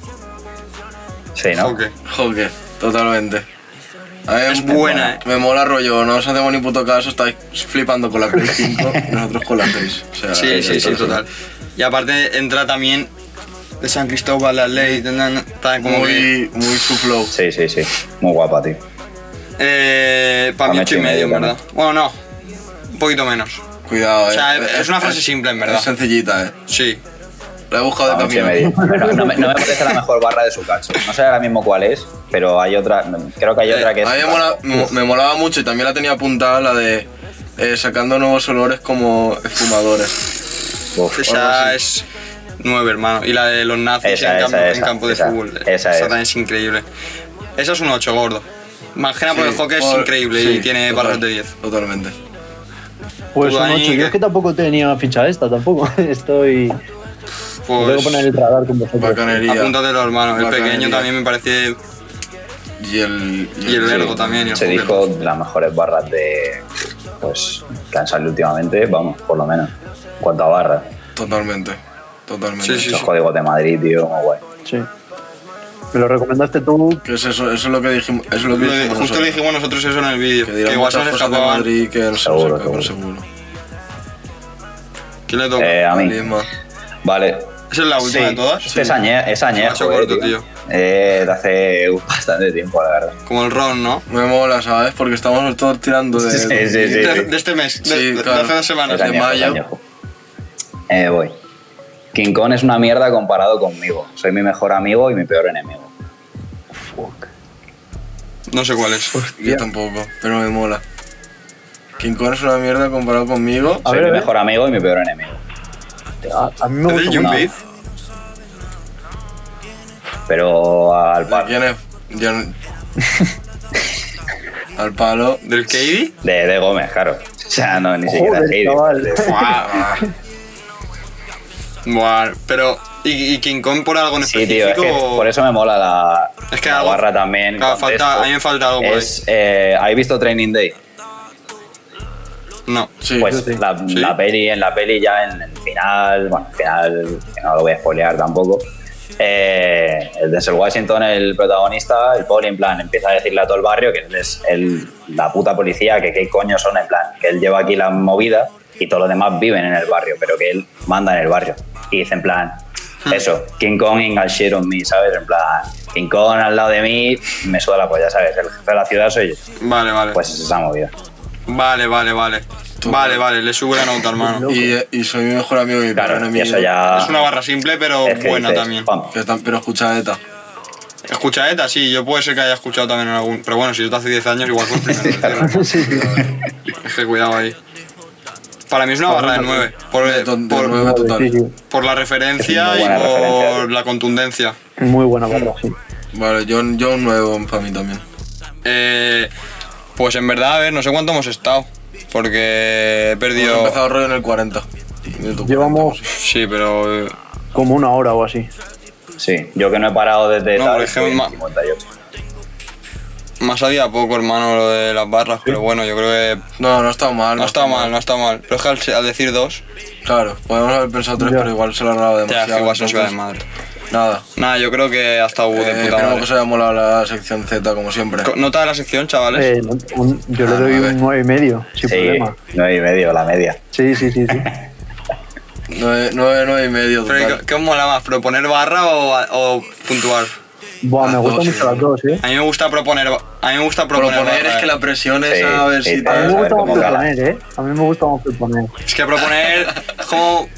E: Sí, ¿no?
C: Joker.
B: Joder, totalmente. A mí
C: Es
B: me-
C: buena, eh.
B: Me mola rollo, no os hacemos ni puto caso, estáis flipando con la Play 5, nosotros con la 6. O sea, eh,
C: Sí, sí, sí,
B: entonces,
C: total. Y aparte entra también de San Cristóbal, la ley, na, na, tan como que...
B: Muy, muy su flow.
E: Sí, sí, sí. Muy guapa, tío.
C: Eh, para mí
E: Pa'
C: ocho y medio, en
E: bueno.
C: verdad. Bueno, no, un poquito menos.
B: Cuidado, eh.
C: O sea, es una frase simple, en verdad. Ah,
B: Es sencillita, eh.
C: Sí.
B: La he buscado de
E: Vamos,
B: camino.
E: que me di- No, no me, no me parece la mejor barra de su cacho. No sé ahora mismo cuál es, pero hay otra. Creo que hay otra que
B: Eh,
E: es.
B: a mí me, mola- me- me molaba mucho y también la tenía apuntada la de eh, sacando nuevos olores como fumadores.
E: Uf,
C: Esa es nueve, hermano. Y la de los nazis
E: Esa,
C: en,
E: esa,
C: campo, en
E: esa,
C: campo de
E: esa,
C: fútbol.
E: esa es.
C: también es increíble. Esa es un 8, gordo. Imagina por Ah, pues el hockey es increíble y tiene barras de 10.
B: Totalmente.
K: Pues
C: Tú
K: un
C: ahí,
K: 8. Yo
C: ¿qué?
K: es que tampoco tenía ficha esta, tampoco. Estoy. Tengo que
C: Pues
K: poner el radar con vosotros.
B: Bacanería.
C: apúntatelo, hermano. El
B: Bacanería.
C: pequeño también me parece...
B: Y el,
C: Y el vergo
B: sí.
C: también. y el
E: Se
C: hockey.
E: dijo de las mejores barras de. Pues. que han salido últimamente, vamos, por lo menos. En cuanto a barras.
B: Totalmente. Totalmente.
C: Sí, sí.
E: Los códigos de Madrid, tío, muy guay.
K: Sí. Me lo recomendaste tú.
B: Que es eso, eso es lo que dijimos. Eso es lo que
C: Lo de-
B: dijimos
C: justo
B: nosotros.
C: le dijimos nosotros eso en el vídeo.
B: Que
C: Que,
B: dirán
C: igual se
B: muchas
C: nos
B: cosas de
C: escapaban.
B: Madrid que no se nos
E: Seguro,
B: escapan,
E: seguro.
B: seguro.
C: ¿Quién le toca?
E: Eh, a mí.
B: Lima.
E: Vale.
C: ¿Esa
E: Este
C: es la última de todas?
E: Es que es añe- es añejo,
C: macho
E: eh,
C: corto,
E: tío.
C: tío.
E: Eh, de hace bastante tiempo, la verdad.
C: Como el Ron, ¿no?
B: Me mola, ¿sabes? Porque estamos todos tirando de.
E: Sí, sí, sí. Este
C: De, de este mes, de,
B: Sí,
C: Ah, de- de
B: claro.
C: hace dos semanas.
E: Es
B: de
E: añejo, es
B: mayo.
E: añejo. Eh, voy. King Kong es una mierda comparado conmigo. Soy mi mejor amigo y mi peor enemigo.
C: No sé cuál es.
B: Yo tampoco, pero me mola. King Kong es una mierda comparado conmigo.
K: A
E: Soy
K: ver, a
E: mi
K: ver.
E: mejor amigo y mi peor enemigo.
K: A, a mí me
C: ¿Es
K: gusta
C: de Young
E: una.
C: Beef?
E: Pero al par.
B: ¿Quién es? Yo no- Al palo.
C: ¿Del Katie?
E: De, de Gómez, claro. O sea, no, ni siquiera
K: Joder,
E: Heidi.
K: chaval.
C: Buah, pero. ¿Y, y King Kong por algo en
E: Sí, tío, es
C: específico?
E: que
C: o-
E: por eso me mola la,
C: Es que
E: la
C: algo-
E: barra también.
C: Claro,
E: contexto.
C: falta- a mí me falta algo por
E: Es, eh, ¿Habéis visto Training Day?
C: No.
B: Sí.
E: pues
K: sí.
E: la,
C: Sí.
E: la peli, en la peli ya en el final, bueno, el final, que no lo voy a spoilear tampoco. eh, el Denzel Washington, el protagonista, el pobre, en plan, empieza a decirle a todo el barrio que él es el- la puta policía, que qué coño son, en plan, que él lleva aquí la movida y todos los demás viven en el barrio, pero que él manda en el barrio. Y dice, en plan, eso, King Kong in shit on me, ¿sabes? En plan, King Kong al lado de mí, me suda la polla, ¿sabes? El jefe de la ciudad soy yo.
C: Vale, vale.
E: Pues es esa movida.
C: Vale, vale, vale. Vale, vale, le sube la nota, hermano.
B: Y, y soy mi mejor amigo y mi peor
E: pues. Claro, y
B: enemigo.
E: eso ya...
C: Es una barra simple, pero
E: es que
C: buena
E: dices,
C: también.
E: pam,
B: Que tan- pero escucha ETA.
C: Escucha ETA, sí, yo puede ser que haya escuchado también en algún. Pero bueno, si yo te hace 10 años, igual fue el primero. tío.
K: Sí, tío.
C: es que cuidado ahí. Para mí es una barra de 9.
B: Pues De,
C: Por,
B: to- de
C: Eh, por-
B: nueve
K: Sí,
B: total.
K: sí.
C: por la referencia
E: Es
C: y
E: una buena referencia,
C: por
E: tío.
C: la contundencia.
K: Muy buena barra, sí.
B: Vale, yo, yo un nuevo para mí también.
C: Eh, pues en verdad, a ver, no sé cuánto hemos estado. Porque he
B: Hemos
C: perdido.
B: empezado rollo en el 40. Minuto 40,
K: Llevamos
B: pues.
C: Sí, pero. eh,
K: como una hora o así.
E: Sí, yo que no he parado desde
C: No,
E: tal,
C: por ejemplo,
E: estoy en
C: ma-
E: 58.
C: Más había poco, hermano, lo de las barras. Pero bueno, yo creo que.
B: No, no ha estado mal.
C: No ha estado mal, no ha estado mal. Pero es que al, al decir dos,
B: Claro, podemos haber pensado tres,
K: Ya.
B: pero igual se lo han dado
C: ya,
B: demasiado.
C: que igual se nos va de
B: entonces,
C: madre.
B: Nada.
C: Nada, yo creo que ha estado
B: Eh,
C: de puta
B: espero que
C: madre.
B: os haya molado la sección Z, como siempre.
C: Co- Nota de la sección, chavales.
K: Eh, no- un- yo le
B: Ah,
K: doy
B: nueve.
K: un 9 y medio, sin
E: Sí,
K: problema.
E: 9 y medio, la media.
K: Sí, sí, sí. sí.
B: 9, 9 y medio
C: Pero,
B: total.
C: ¿qué- ¿Qué os mola más, proponer barra o, a- o puntuar?
K: Buah, me
B: Las
K: gustan
B: dos,
K: mucho
B: sí.
K: las dos, ¿eh?
C: A mí me gusta proponer. ba- A mí me gusta proponer.
B: Proponer
C: barra,
B: es que
C: eh.
B: la presión es
E: Sí,
B: a ver
E: sí,
B: si
K: A mí me
E: A ver
K: gusta
E: cómo
K: más
E: cala.
K: proponer, ¿eh? A mí me gusta más proponer.
C: eh. Es que proponer es como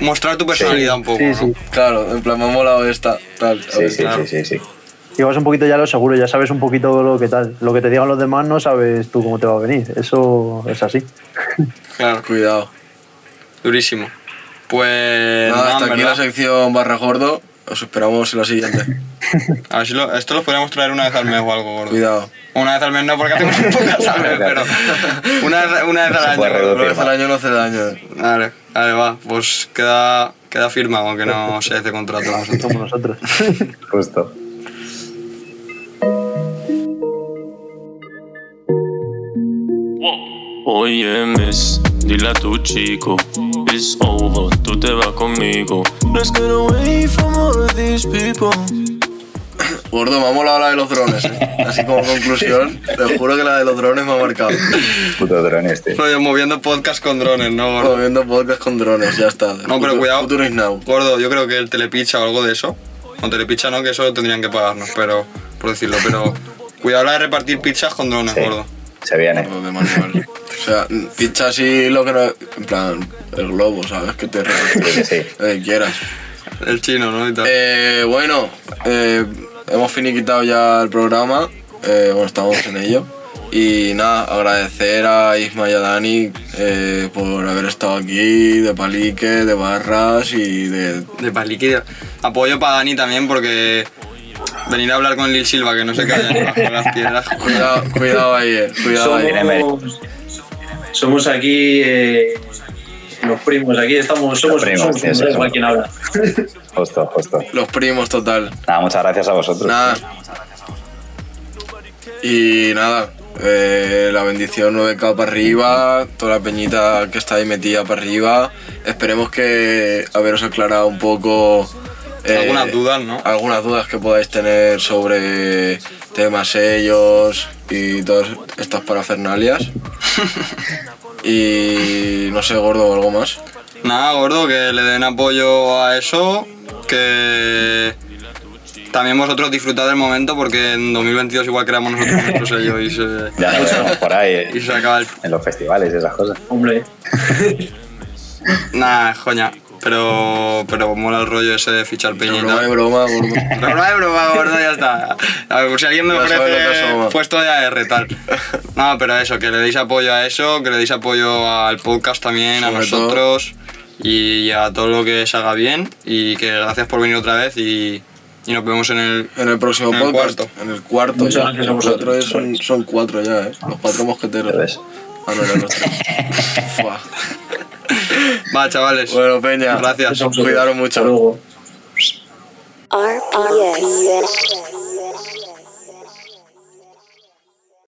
C: mostrar tu personalidad un poco,
K: Sí,
C: ¿no?
K: sí.
B: Claro, en plan, me ha molado esta, tal. a
E: Sí,
B: ver.
E: sí,
C: claro.
E: sí, sí, sí.
K: Llevas un poquito ya lo seguro, ya sabes un poquito lo que tal. Lo que te digan los demás no sabes tú cómo te va a venir. Eso es así.
C: Claro,
B: Cuidado.
C: durísimo. Pues.
B: Nada,
C: nada,
B: hasta
C: en
B: aquí la
C: verdad.
B: sección barra gordo. Os esperamos en la siguiente.
C: A ver si lo- esto lo podríamos traer una vez al mes o algo, gordo.
B: Cuidado.
C: Una vez al mes no, porque hacemos un podcast al mes, pero una vez, una vez al año. gordo.
B: Una vez al año no hace daño.
C: Vale, vale, va. Pues queda, queda firmado, aunque no se hace contrato. nosotros.
K: Como nosotros.
E: Justo.
L: Oye, miss, dile a tu chico, it's over, tú te vas conmigo. Let's get away from all of these people.
B: Gordo, me ha molado la de los drones. eh. Así como conclusión, te juro que la de los drones me ha marcado.
E: Puto dron este.
C: Rollo, moviendo podcast con drones, ¿no, gordo?
B: Moviendo podcast con drones, ya está.
C: No, pero
B: Futuro-
C: cuidado.
B: Futuro is now.
C: Gordo, yo creo que el telepicha o algo de eso. O telepicha no, que eso lo tendrían que pagarnos, pero por decirlo, pero cuidado a la hora de repartir pizzas con drones,
E: Sí.
C: gordo.
E: Se viene.
B: Gordo de manual. O sea, pincha así lo que no. En plan, el globo, ¿sabes? Que te
E: Sí, sí.
B: lo que quieras.
C: El chino, ¿no? Y tal.
B: Eh, bueno, eh, hemos finiquitado ya el programa. eh, bueno, estamos en ello. Y nada, agradecer a Isma y a Dani eh, por haber estado aquí de palique, de barras y de.
C: De paliquidio. Apoyo para Dani también porque venir a hablar con Lil Silva, que no se callan bajo las piedras.
B: Cuidado, cuidado ahí, eh, cuidado ahí.
D: Somos, somos aquí eh, los primos, aquí estamos, somos,
E: primos,
D: somos un
E: sí, sí,
D: grupo,
E: somos.
D: a quien habla.
E: Justo, justo.
B: Los primos, total.
E: Nada, muchas gracias a vosotros.
B: Nada. Y nada, eh, la bendición 9K para arriba, toda la peñita que está ahí metida para arriba. Esperemos que haberos aclarado un poco. eh,
C: Algunas dudas, ¿no?
B: Algunas dudas que podáis tener sobre temas, sellos y todas estas parafernalias. y no sé, gordo, algo más.
C: Nada, gordo, que le den apoyo a eso, que también vosotros disfrutad del momento porque en 2022 igual creamos nosotros nuestro sello y se,
E: Ya nos vemos por ahí,
C: y
E: eh,
C: se acaba el...
E: en los festivales y esas cosas.
D: Hombre,
C: Nah, es coña, pero, pero mola el rollo ese de fichar
B: Broma de
C: peñita.
B: broma, gordo.
C: No, no hay broma, gordo, ya está. A ver, si alguien me
B: Ya sabe lo que
C: ofrece
B: somos.
C: puesto de AR, tal. No, pero eso, que le deis apoyo a eso, que le deis apoyo al podcast también, a
B: Sobre todo.
C: nosotros y a todo lo que se haga bien. Y que gracias por venir otra vez y, y nos vemos en el.
B: En el próximo
C: En el
B: podcast.
C: cuarto.
B: En el cuarto.
D: Muchas
B: ya.
D: gracias a
B: Los
D: vosotros.
B: cuatro son, son cuatro ya, ¿eh? Los cuatro mosqueteros.
E: ¿Lo ves?
B: Ah, no, eran los tres. Fua.
C: Va, chavales.
B: bueno, Peña.
C: Gracias.
B: Cuidaros mucho.
D: hasta luego.
A: RPS.